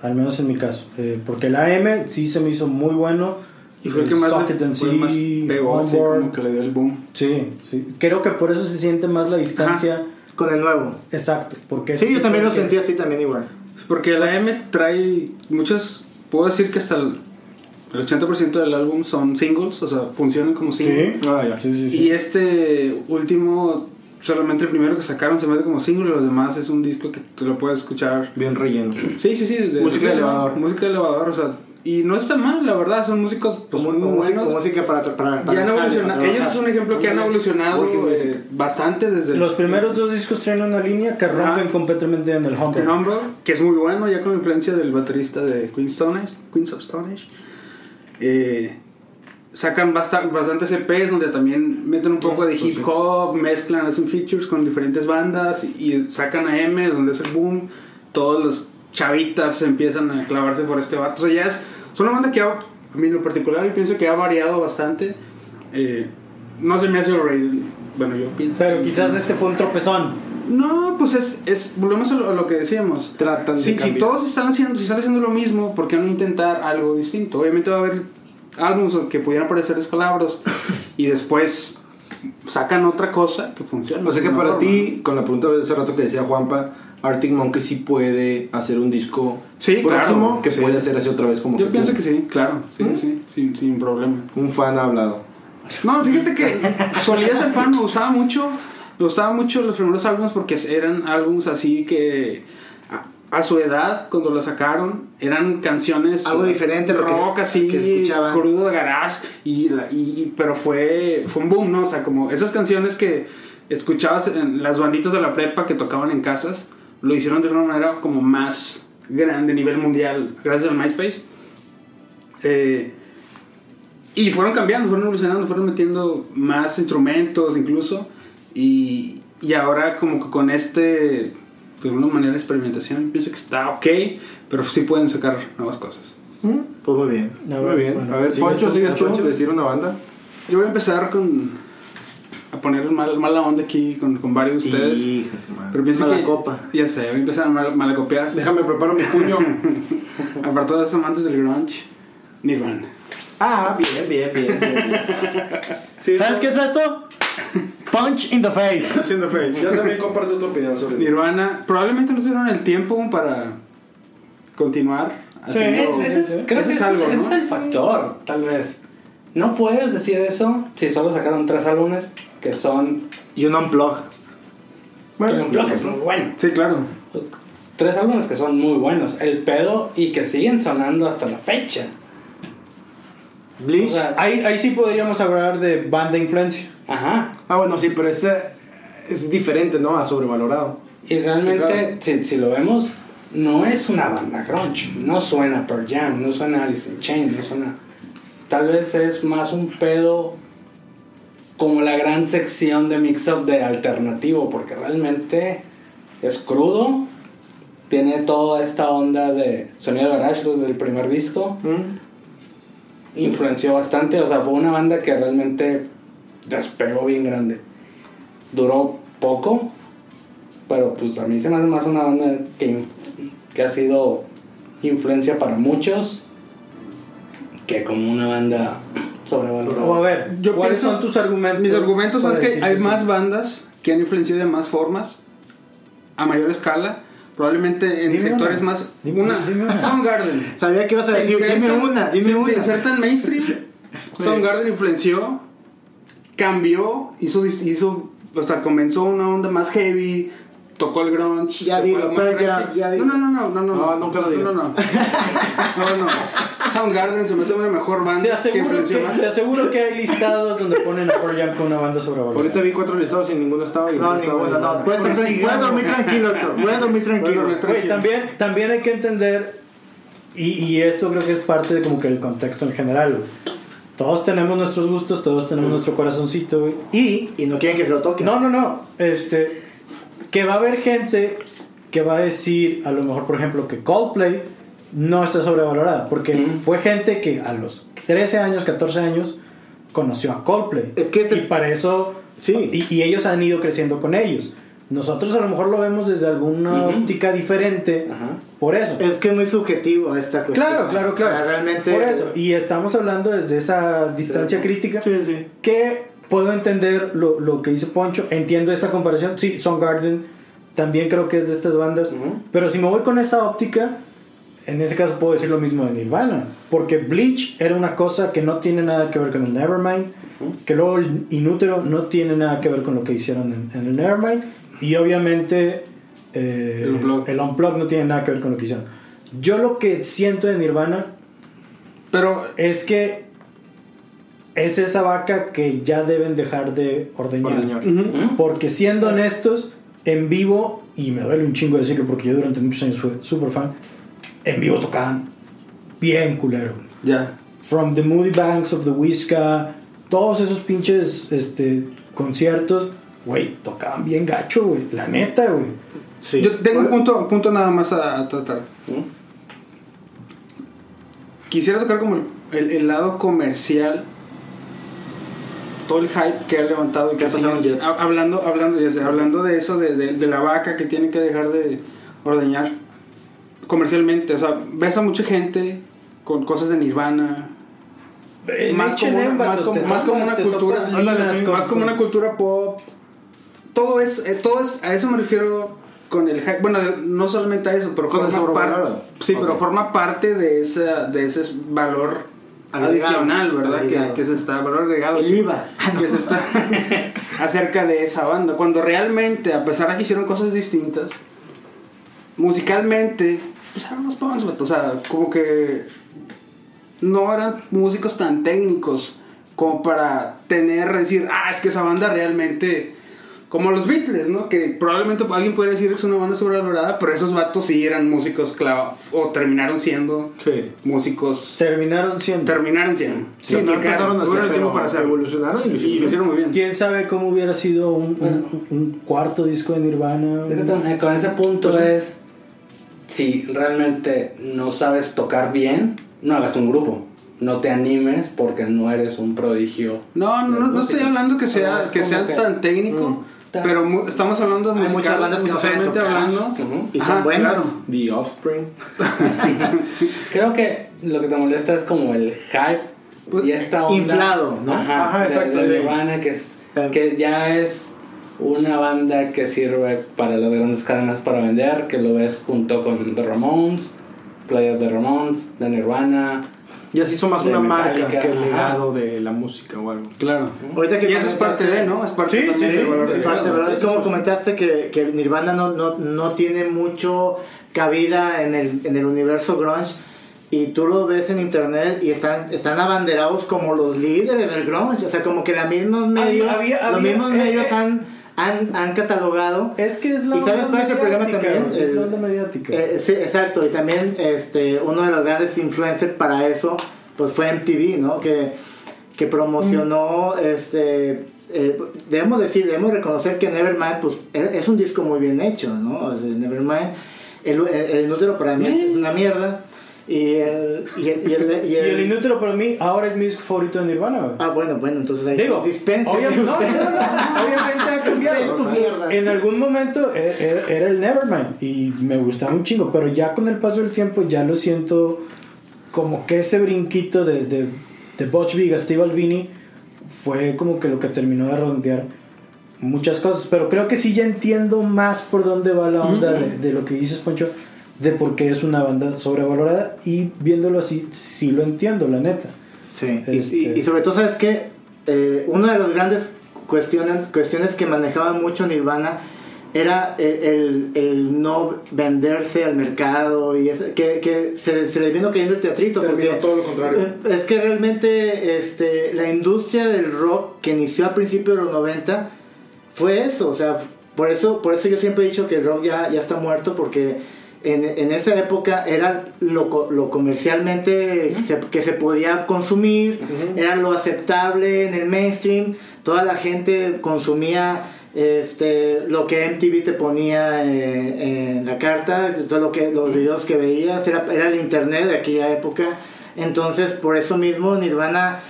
S2: Al menos en mi caso. Eh, porque el AM sí se me hizo muy bueno.
S1: Y fue el que más,
S2: Socket and
S1: fue el más
S2: See,
S1: pegó, así
S2: Onboard.
S1: como que le dio el boom.
S2: Sí, sí. Creo que por eso se siente más la distancia.
S3: Con el nuevo.
S2: Exacto. Porque
S3: Sí,
S2: ese
S3: yo también lo
S2: fue el
S3: sentí
S2: que-
S3: así también igual.
S1: Porque la M trae muchas, puedo decir que hasta el el 80% del álbum son singles, o sea, funcionan como singles.
S2: Sí.
S5: Ah, ya.
S2: Sí, sí, sí.
S1: Y este último, solamente el primero que sacaron se mete como single, los demás es un disco que te lo puedes escuchar.
S5: Bien relleno.
S1: Sí, sí, sí. de-
S5: Música de elevador.
S1: Música de elevador, o sea, y no está mal, la verdad, son músicos pues, muy,
S3: Como,
S1: muy
S3: como música,
S1: buenos.
S3: como música para, tra- para, para
S1: Ya han
S3: trabajar,
S1: evolucionado,
S3: para
S1: ellos es
S3: trabajar.
S1: un ejemplo que han evolucionado
S5: Working
S1: eh,
S5: music.
S1: bastante desde el-
S2: Los primeros dos discos traen una línea que rompen
S1: Ajá.
S2: completamente en el
S1: de
S2: Humble.
S1: Humble, que es muy bueno, ya con la influencia del baterista de Queen Stone Age- Queens of Stone Age. Eh, sacan basta- bastantes EPs donde también meten un poco de
S2: Ah, pues
S1: hip hop, mezclan, hacen features con diferentes bandas y, y sacan a M, donde es el boom. Todas las chavitas empiezan a clavarse por este vato. O sea, ya es, es una banda que ha- a mí en lo particular yo pienso que ha variado bastante. Eh, no se me hace overrated. Bueno, yo pienso.
S2: Pero quizás este fue un tropezón.
S1: No, pues es, es volvemos a lo, a lo que decíamos.
S5: Tratan de
S1: si, si
S5: cambiar.
S1: todos están haciendo, si están haciendo lo mismo, ¿por qué no intentar algo distinto? Obviamente va a haber álbumes que pudieran parecer escalabros y después sacan otra cosa que funcione.
S5: O sea que
S1: de una
S5: para
S1: forma.
S5: ti, con la pregunta de hace rato que decía Juanpa, Arctic Monkey sí puede hacer un disco
S1: Sí,
S5: próximo
S1: claro,
S5: que
S1: sí.
S5: puede hacer así otra vez como
S1: Yo pienso que sí, claro, sí,
S5: ¿Mm?
S1: sí, sin, sin problema.
S5: un fan ha hablado.
S1: No, fíjate que solía ser fan, me gustaba mucho, me gustaba mucho los primeros álbumes porque eran álbumes así que a, a su edad, cuando lo sacaron, eran canciones
S3: Algo diferente a lo que-
S1: rock así,
S3: que escuchaban.
S1: crudo de garage, y, la- y- y- pero fue, fue un boom, ¿no? O sea, como esas canciones que escuchabas en las banditas de la prepa que tocaban en casas, lo hicieron de una manera como más grande a nivel mundial, gracias al MySpace. Eh, y fueron cambiando, fueron evolucionando, fueron metiendo más instrumentos incluso. Y, y ahora como que con este, de alguna manera, experimentación, pienso que está ok, pero sí pueden sacar nuevas cosas.
S3: Pues muy bien.
S2: A ver,
S5: Muy bien.
S2: bueno,
S5: a ver,
S2: ¿sigues
S5: Poncho,
S2: tú,
S5: ¿sigues tú?
S2: Poncho?
S5: ¿Decir una banda?
S1: Yo voy a empezar con... a poner mal- mala onda aquí con, con varios de ustedes.
S3: Hijo de su madre.
S1: pero pienso
S3: Mala
S1: que...
S3: copa.
S1: Ya sé, voy a empezar a mal- malacopiar.
S5: Déjame preparo mi puño.
S1: (laughs) Para todos los amantes del grunge, Nirvana.
S5: ah, bien, bien, bien. bien, bien.
S2: ¿Sabes qué es esto? Punch in the face.
S1: Haciendo face.
S5: Yo también comparto tu opinión sobre
S1: Nirvana probablemente no tuvieron el tiempo para continuar haciendo-
S2: sí, sí.
S4: Creo
S1: Ese es
S4: que ese-
S1: algo,
S4: ese
S1: ¿no?
S4: es el factor, tal vez. No puedes decir eso si solo sacaron tres álbumes que son.
S3: Y un unplug.
S4: que un bloque es muy bueno.
S1: Sí, claro.
S4: Tres álbumes que son muy buenos. El pedo y que siguen sonando hasta la fecha. O
S3: Bleach.
S4: sea,
S2: Ahí, ahí sí podríamos hablar de banda influencia.
S4: ajá.
S5: Ah, bueno, sí, pero ese es diferente, ¿no? A sobrevalorado.
S4: Y realmente, si, si lo vemos, no es una banda grunge. No suena Pearl Jam, no suena Alice in Chains, no suena... Tal vez es más un pedo como la gran sección de mix-up de alternativo, porque realmente es crudo. Tiene toda esta onda de sonido de garage desde el primer disco. Influenció bastante, o sea, fue una banda que realmente despegó bien grande. Duró poco, pero pues a mí se me hace más una banda que, in- que ha sido influencia para muchos que como una banda sobrevalorada.
S2: O a ver,
S1: Yo
S2: ¿cuáles
S1: pienso-
S2: son tus argumentos?
S1: Mis argumentos
S2: para
S1: es que
S2: decir
S1: hay
S2: Pues, sí?
S1: más bandas que han influenciado de más formas, a mayor escala, probablemente en
S2: Dime
S1: sectores
S2: una.
S1: más.
S2: Dime-
S1: una,
S2: dime una. (laughs)
S1: Soundgarden.
S3: Sabía que ibas a
S1: Se
S3: decir, dime
S1: insertan-
S3: una, dime
S1: se-
S3: una.
S1: Se inserta en
S3: (laughs)
S1: mainstream. Soundgarden influenció, cambió, hizo, dis- hizo, hasta comenzó una onda más heavy, tocó el grunge.
S3: Ya
S1: se
S3: dilo,
S1: fue a más
S3: Pearl Jam,
S1: tranqui.
S3: ya dilo.
S1: No, no, no, no, no, no.
S5: No, nunca lo
S1: No,
S3: (laughs)
S5: digas.
S1: no. No, no. Soundgarden se me hace una mejor banda.
S2: Te
S1: que
S2: aseguro que,
S1: influenció más.
S2: te aseguro que hay listados donde ponen mejor jam que una banda
S5: Ahorita
S2: sobrevalorada.
S5: vi cuatro listados y ninguno estaba. Y
S3: No,
S5: entonces estaba
S3: ninguno, no.
S5: bien.
S3: Puedes, dormir- puedes dormir tranquilo, Héctor. Puedes dormir tranquilo.
S1: dormir
S2: Güey, también, también hay que entender, y, y esto creo que es parte de como que el contexto en general. güey. Todos tenemos nuestros gustos, todos tenemos nuestro corazoncito, güey. Y
S3: Y no quieren que se lo toquen.
S2: No, no, no. Este, que va a haber gente que va a decir, a lo mejor, por ejemplo, que Coldplay no está sobrevalorada. Porque fue gente que a los 13 años, 14 años, conoció a Coldplay.
S3: Es que este-
S2: Y para eso.
S3: Sí.
S2: Y, y ellos han ido creciendo con ellos. Nosotros a lo mejor lo vemos desde alguna
S4: Ujú.
S2: óptica diferente.
S4: Ajá.
S2: Por eso.
S3: Es que es muy subjetivo esta cuestión.
S2: Claro, claro, claro.
S3: O sea, realmente.
S2: Por eso. Y estamos hablando desde esa distancia crítica.
S5: Sí, sí.
S2: Que puedo entender lo, lo que dice Poncho. Entiendo esta comparación. Sí, Soundgarden también creo que es de estas bandas.
S4: Ujú.
S2: Pero si me voy con esa óptica, en ese caso puedo decir lo mismo de Nirvana. Porque Bleach era una cosa que no tiene nada que ver con el Nevermind. Que luego el Inútero no tiene nada que ver con lo que hicieron en, en el Nevermind. Y obviamente. eh,
S1: El Unplugged.
S2: el Unplugged no tiene nada que ver con lo que hicieron. Yo lo que siento de Nirvana
S1: Pero
S2: es que es esa vaca que ya deben dejar de ordeñar.
S5: Ordeñar.
S1: ujú,
S4: ¿Mm?
S2: Porque siendo honestos, en vivo, y me duele un chingo decirlo porque yo durante muchos años fui súper fan, en vivo tocaban bien culero.
S1: ya.
S2: From the Moody Banks of the Whiska, todos esos pinches este, conciertos, güey, tocaban bien gacho, güey. La neta, güey.
S3: Sí.
S1: Yo tengo un punto, un punto nada más a, a tratar.
S4: ¿Mm?
S1: Quisiera tocar como el, el- el lado comercial. Todo el hype que ha levantado y que
S3: Ya
S1: ha sido-
S3: pasaron Jets.
S1: ha- hablando, hablando, ya sé, hablando de eso, de, de- de la vaca que tiene que dejar de ordeñar comercialmente. O sea, ves a mucha gente con cosas de Nirvana,
S2: En
S1: más como una,
S2: H&M,
S1: más
S2: vato,
S1: como,
S2: te
S1: más como
S2: topas-
S1: una
S2: te
S1: cultura
S2: topas
S1: ándale,
S2: linas
S1: sí,
S2: con-
S1: más como una cultura pop todo es eh, todo es a eso me refiero con el hype bueno no solamente a eso pero
S5: Con el
S1: forma
S5: sobrevalorado.
S1: par- sí pero
S5: Ok.
S1: forma parte de esa de ese valor
S3: Agregado.
S1: adicional verdad que,
S3: Agregado.
S1: que se está valor agregado
S3: El IVA.
S1: que se está acerca de esa banda cuando realmente a pesar de que hicieron cosas distintas musicalmente pues eran más punks vato, o sea como que no eran músicos tan técnicos como para tener, decir, ah, es que esa banda realmente, como los Beatles, ¿no? Que probablemente alguien puede decir que es una banda sobrevalorada, pero esos vatos sí eran músicos clave, o terminaron siendo
S5: Sí.
S1: músicos,
S2: Terminaron siendo.
S1: terminaron siendo.
S5: Sí, no
S1: tocaron,
S5: empezaron a
S1: tuvieron
S5: hacer,
S1: el tiempo
S5: pero
S1: para hacerlo.
S5: evolucionaron y
S1: Y
S5: lo
S1: lo
S5: hicieron.
S1: hicieron muy bien.
S2: ¿Quién sabe cómo hubiera sido un, un- un cuarto disco de Nirvana?
S4: Es que también eh, Con ese punto es, si realmente no sabes tocar bien, no hagas un grupo. No te animes porque no eres un prodigio.
S1: No, no,
S4: del
S1: no, no
S4: músico.
S1: estoy hablando que sea
S4: Es
S1: que
S4: como
S1: sea
S4: que-
S1: tan técnico,
S4: Mm.
S1: pero mu- estamos hablando de
S3: Hay muchas
S1: musical-
S3: bandas que no saben
S1: musicalmente
S3: tocar.
S1: hablando.
S4: Ujú.
S3: Y son buenas.
S1: claro.
S5: The Offspring.
S4: Creo que lo que te molesta es como el hype
S1: Pues,
S4: y esta onda.
S3: inflado, ¿no?
S4: Ajá,
S5: Ajá, exacto,
S4: De, de
S5: sí.
S4: Nirvana, que, es,
S3: Em.
S4: que ya es una banda que sirve para las grandes cadenas para vender, que lo ves junto con The Ramones, Players The Ramones, The Nirvana.
S5: Y así son más
S4: De
S5: una marca
S4: Metallica,
S5: que el
S4: ajá.
S5: legado de la música o algo.
S1: Claro.
S3: Ahorita que
S1: Y eso es parte de, ¿no? Es parte
S2: Sí,
S1: también
S2: sí,
S1: del
S2: sí,
S1: valor
S2: es
S1: de-
S3: Parte, ¿verdad? Es como comentaste que, que Nirvana no, no, no tiene mucho cabida en el, en el universo grunge y tú lo ves en internet y están, están abanderados como los líderes del grunge. O sea, como que los mismos medios,
S2: Ah, había-
S3: los
S2: había-
S3: mismos
S2: eh,
S3: medios
S2: eh.
S3: han, han, han catalogado.
S2: Es que es la
S3: ¿Y sabes
S2: onda
S3: cuál es el problema
S2: mediática.
S3: también?
S2: Es la
S3: El-
S2: onda mediática.
S3: Eh, sí, exacto. Y también este, uno de los grandes influencers para eso pues fue MTV, ¿no? Que, que promocionó,
S2: Mm.
S3: este, eh, debemos decir, debemos reconocer que Nevermind pues, e- es un disco muy bien hecho, ¿no? O sea, Nevermind, el, el, el inútero para mí es una mierda. Y el... Y el, y el- y
S2: Mm. (laughs) y el
S3: el-
S2: inútero para mí ahora es mi disco favorito de Nirvana. güey.
S3: Ah, bueno, bueno, entonces ahí
S2: Digo,
S3: dispensa.
S2: obviamente, no, no, no, no, obviamente ha
S3: Dispensa tu mierda.
S2: cambiado. En algún momento e- e- era, el Nevermind y me gustaba un chingo, pero ya con el paso del tiempo ya lo siento como que ese brinquito de, de, de Butch Vig a Steve Albini fue como que lo que terminó de rondear muchas cosas, pero creo que sí ya entiendo más por dónde va la onda de, de lo que dices, Poncho, de por qué es una banda sobrevalorada y viéndolo así, sí lo entiendo, la neta.
S3: Sí, y-
S2: Este-
S3: y, y sobre todo, ¿sabes qué? Eh, una de las grandes cuestiones, cuestiones que manejaba mucho Nirvana era el, el- el no venderse al mercado y eso, que, que se, se les vino cayendo el teatrito.
S5: Terminó
S3: porque-
S5: todo lo contrario.
S3: Eh, Es que realmente este, la industria del rock que inició a principios de los 90 fue eso, o sea, por eso, por eso yo siempre he dicho que el rock ya, ya está muerto porque en, en esa época era lo, co- lo comercialmente que se, que se podía consumir, era lo aceptable en el mainstream, toda la gente consumía este, lo que MTV te ponía en, en la carta, todo lo que, los videos que veías, era, era el internet de aquella época, entonces por eso mismo Nirvana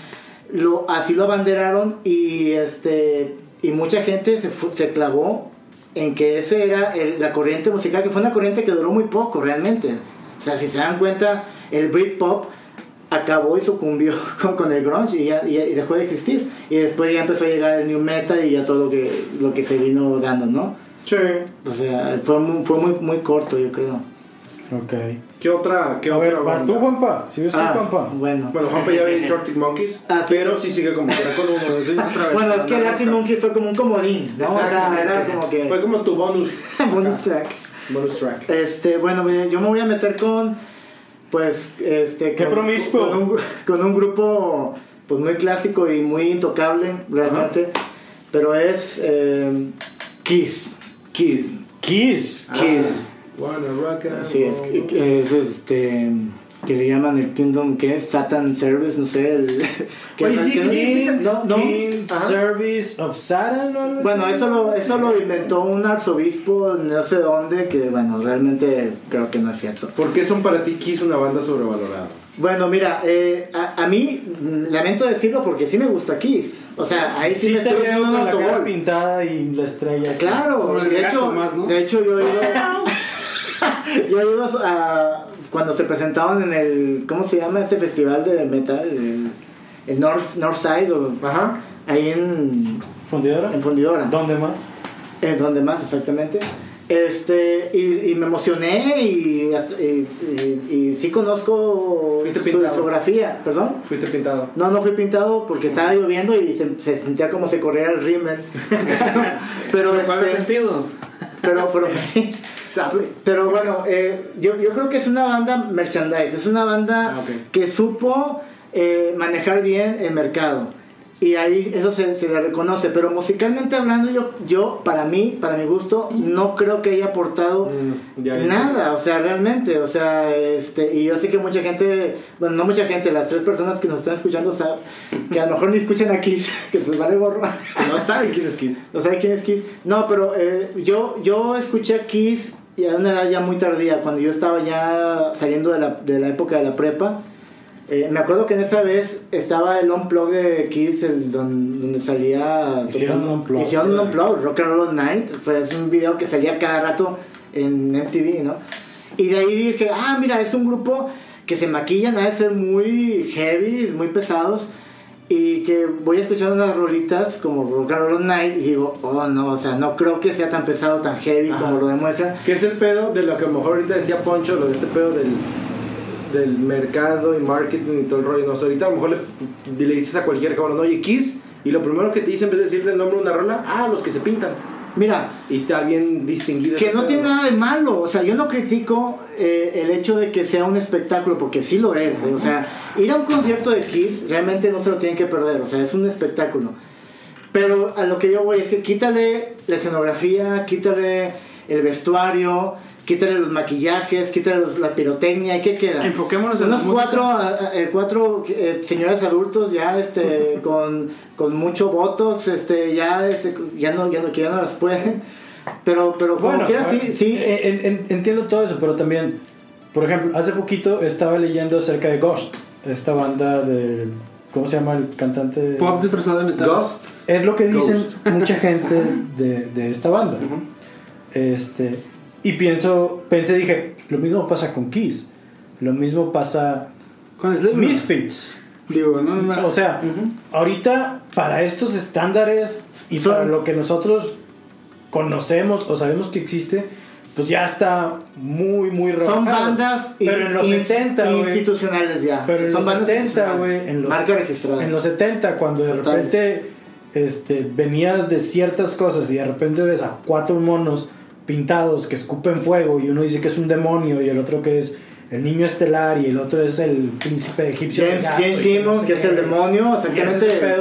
S3: lo así lo abanderaron y este y mucha gente se, fu- se clavó en que ese era el- la corriente musical que fue una corriente que duró muy poco realmente o sea si se dan cuenta el Britpop acabó y sucumbió (laughs) con, con el grunge y, ya- y- y dejó de existir y después ya empezó a llegar el new metal y ya todo lo que lo que se vino dando no
S5: Sí.
S3: o sea fue muy, fue muy muy corto yo creo
S2: Ok.
S5: ¿Qué otra? ¿Qué
S2: A
S5: otra
S2: ver, vas
S5: banda?
S2: tú, Juanpa. ¿Sigues tú, Juanpa?
S3: Ah, bueno
S5: Bueno, Juanpa ya ve Arctic Monkeys,
S3: Ah, sí.
S5: pero sí sigue como que era con uno. sí, otra
S3: (laughs)
S5: vez.
S3: bueno es que el
S5: Una
S3: Arctic
S5: roca.
S3: Monkey fue como un comodín no o sea era
S5: Exactamente.
S3: como que
S5: Fue como tu bonus.
S3: (laughs) bonus track
S5: bonus track.
S3: Este, bueno, mire, yo me voy a meter con, pues, este...
S2: ¡Qué
S3: con-
S2: promiscuo!
S3: Con un, con un grupo, pues, muy clásico y muy intocable, realmente. Pero es eh, Kiss. Kiss.
S2: Kiss.
S3: Kiss.
S5: Wanna rock and
S3: Así es,
S5: roll.
S3: que- es este... Que le llaman el Kingdom, ¿qué? Satan Service, no sé. El, (laughs) que-
S5: Oye, sí,
S3: que-
S5: sí,
S2: Kings,
S3: no, no,
S2: Kings
S5: ajá.
S2: Service of Saturn o algo así.
S3: Bueno, eso lo, eso lo inventó un arzobispo no sé dónde, que bueno, realmente creo que no es cierto.
S5: ¿Por qué son para ti Kiss una banda sobrevalorada?
S3: Bueno, mira, eh, a, a mí mm, lamento decirlo porque sí me gusta Kiss. O sea, ahí sí,
S2: Sí,
S3: me
S2: te
S3: estoy
S2: veo
S3: haciendo un
S2: con la cara
S3: autogol.
S2: pintada y la estrella.
S3: Claro,
S1: Como el
S3: de
S1: gato
S3: hecho,
S1: más, ¿no?
S3: de hecho yo he ido, (laughs) yo he ido a, cuando se presentaban en el, ¿cómo se llama este festival de metal? El, el North, Northside, o,
S5: Ajá.
S3: ahí en,
S2: ¿Fundidora?
S3: en Fundidora.
S2: ¿Dónde más?
S3: Es donde más, exactamente. Este, y, y me emocioné y, y- y- y sí conozco
S5: Fuiste
S3: su
S5: pintado.
S3: discografía, perdón.
S5: Fuiste pintado.
S3: No, no fui pintado porque estaba lloviendo y se, se sentía como se corría el
S5: (laughs)
S3: rímel. pero,
S1: ¿Pero ¿Cuál es el
S3: este,
S1: sentido?
S3: pero,
S5: (laughs)
S3: pero, sí. Pero bueno, eh, yo, yo creo que es una banda merchandise, es una banda
S5: Ah, ok.
S3: que supo eh, manejar bien el mercado. Y ahí eso se, se le reconoce. Pero musicalmente hablando, yo, yo para mí, para mi gusto, no creo que haya aportado
S5: Mm, ya, ya.
S3: nada. O sea, realmente. O sea, este, y yo sé que mucha gente, bueno, no mucha gente, las tres personas que nos están escuchando, saben que a lo mejor ni escuchan aquí, (laughs) que se vale gorro.
S5: No saben quién es Kiss.
S3: No sé quién es Kiss. No, pero eh, yo, yo escuché a Kiss y a una edad ya muy tardía, cuando yo estaba ya saliendo de la, de la época de la prepa. Eh, me acuerdo que en esa vez estaba el unplug de Kiss, el don- donde salía.
S2: Hicieron
S3: tocando-
S2: un unplugged.
S3: Hicieron un unplugged, Rock and Roll Night. Fue- es un video que salía cada rato en MTV, ¿no? Y de ahí dije, ah, mira, es un grupo que se maquillan, a ser muy heavy, muy pesados. Y que voy a escuchar unas rolitas como Rock and Roll Night y digo, oh no, o sea, no creo que sea tan pesado, tan heavy
S5: Ajá.
S3: como lo demuestran.
S5: Que es el pedo de lo que a lo mejor ahorita decía Poncho, lo de este pedo del, del mercado y marketing y todo el rollo. No, o sea, ahorita a lo mejor le, le dices a cualquier cabrón, oye, Kiss, y lo primero que te dicen en vez de decirle el nombre de una rola, ah, los que se pintan.
S3: Mira,
S5: Y está bien distinguido.
S3: Que
S5: ese
S3: no
S5: pedo.
S3: tiene nada de malo, o sea, yo no critico eh, el hecho de que sea un espectáculo, porque sí lo es, eh, o sea, ir a un concierto de Kiss realmente no se lo tienen que perder, o sea, es un espectáculo. Pero a lo que yo voy es que quítale la escenografía, quítale el vestuario, quítale los maquillajes, quítale los- la pirotecnia, ¿y qué queda?
S1: Enfoquémonos en
S3: Unos
S1: la música.
S3: cuatro, a- a- eh, cuatro eh, señores adultos
S2: (laughs)
S3: ya este, con, con mucho botox, este, ya, este, ya, no, ya, no, que ya no las pueden. Pero, pero como
S2: Bueno,
S3: quiera, sí,
S2: eh,
S3: sí.
S2: en- en- entiendo todo eso, pero también, por ejemplo, hace poquito estaba leyendo acerca de Ghost, esta banda de. ¿Cómo se llama el cantante?
S1: Pop disfrazado de metal.
S5: Ghost.
S2: Es lo que dicen
S5: Ghost.
S3: (laughs)
S2: mucha gente de, de esta banda. Este. Y pienso, pensé, dije, lo mismo pasa con Kiss, lo mismo pasa
S1: Con Slipknot.
S2: Misfits.
S1: Digo, no, no, no.
S2: O sea, ahorita para estos estándares y
S3: Son-
S2: para lo que nosotros conocemos o sabemos que existe, pues ya está muy, muy raro.
S3: son bandas
S2: Pero
S3: in-
S2: en los
S3: in-
S2: 70, güey.
S3: institucionales ya.
S2: Pero en
S3: son
S2: los
S3: bandas
S2: 70,
S3: institucionales.
S2: güey. en los-
S3: Marca registrada.
S2: En los 70, cuando de
S3: Totales.
S2: repente este, venías de ciertas cosas y de repente ves a cuatro monos pintados que escupen fuego y uno dice que es un demonio y el otro que es el niño estelar y el otro es el príncipe egipcio.
S3: James,
S2: Ya,
S3: James
S2: güey, no
S3: Simmons,
S2: sé
S3: que es
S2: qué.
S3: el demonio,
S2: Y ese
S3: exactamente.
S2: pedo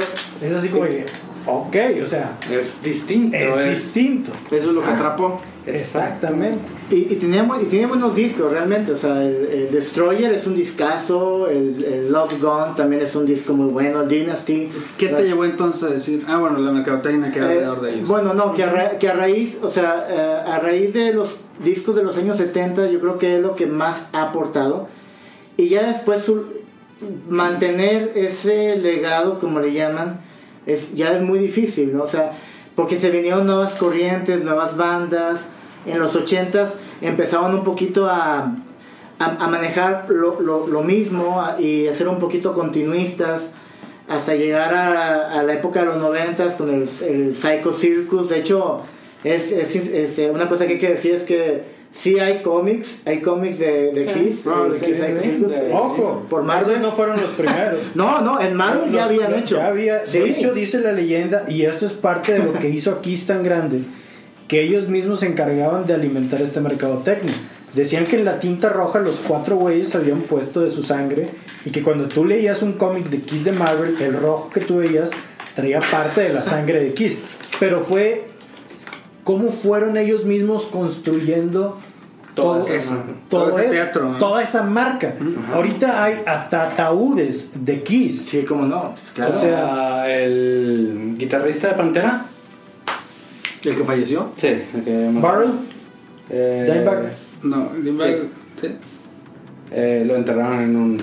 S2: Es así como que, ok, o sea,
S4: Es distinto.
S2: es distinto.
S5: Eso es
S1: Ah.
S5: lo que atrapó.
S2: Exactamente.
S3: Y, y, tenía, bu- y tenía buenos discos realmente, o sea, el, el Destroyer es un discazo, el, el Love Gone también es un disco muy bueno, Dynasty.
S1: ¿Qué
S3: La-
S1: te llevó entonces a decir? Ah, bueno, la mercadotecnia que era
S3: Eh,
S1: alrededor de ellos.
S3: Bueno, no, que a, ra- que a raíz, o sea, eh, a raíz de los discos de los años 70, yo creo que es lo que más ha aportado. Y ya después su- mantener ese legado, como le llaman, es, ya es muy difícil, ¿no? O sea, porque se vinieron nuevas corrientes, nuevas bandas. En los 80s empezaban un poquito a, a, a manejar lo, lo- lo mismo a- y a ser un poquito continuistas hasta llegar a, a la época de los noventas con el, el Psycho Circus. De hecho, es, es- este, una cosa que hay que decir es que sí hay cómics, hay cómics de, de
S4: Sí.
S3: Kiss,
S5: Ah,
S3: el-
S5: de
S3: el
S5: Kiss,
S3: Psycho
S5: sí,
S3: Circus.
S4: de-
S2: Ojo,
S3: Eh, por Marvel.
S2: esos no fueron los
S3: (laughs)
S2: primeros.
S3: No, no, en Marvel
S2: Los-
S3: ya habían hecho.
S2: Ya había,
S3: Sí.
S2: De hecho, dice la leyenda, y esto es parte de lo que hizo aquí es tan grande, que ellos mismos se encargaban de alimentar este mercado técnico. Decían que en la tinta roja los cuatro güeyes habían puesto de su sangre y que cuando tú leías un cómic de Kiss de Marvel, el rojo que tú veías traía parte de la sangre de Kiss. Pero fue cómo fueron ellos mismos construyendo
S4: Todo
S2: todo,
S4: eso.
S2: todo
S1: Todo ese
S2: e-
S1: teatro, ¿no?
S2: toda esa marca. Ahorita hay hasta ataúdes de Kiss.
S3: Sí, cómo no. Claro.
S2: O
S4: O
S2: sea-
S4: sea, Ah, el guitarrista de Pantera.
S5: El que falleció.
S4: Sí, el que mató.
S2: Barrel,
S4: Eh,
S2: Dimebag.
S1: No, Dimebag, ¿sí?
S4: eh, lo enterraron en un.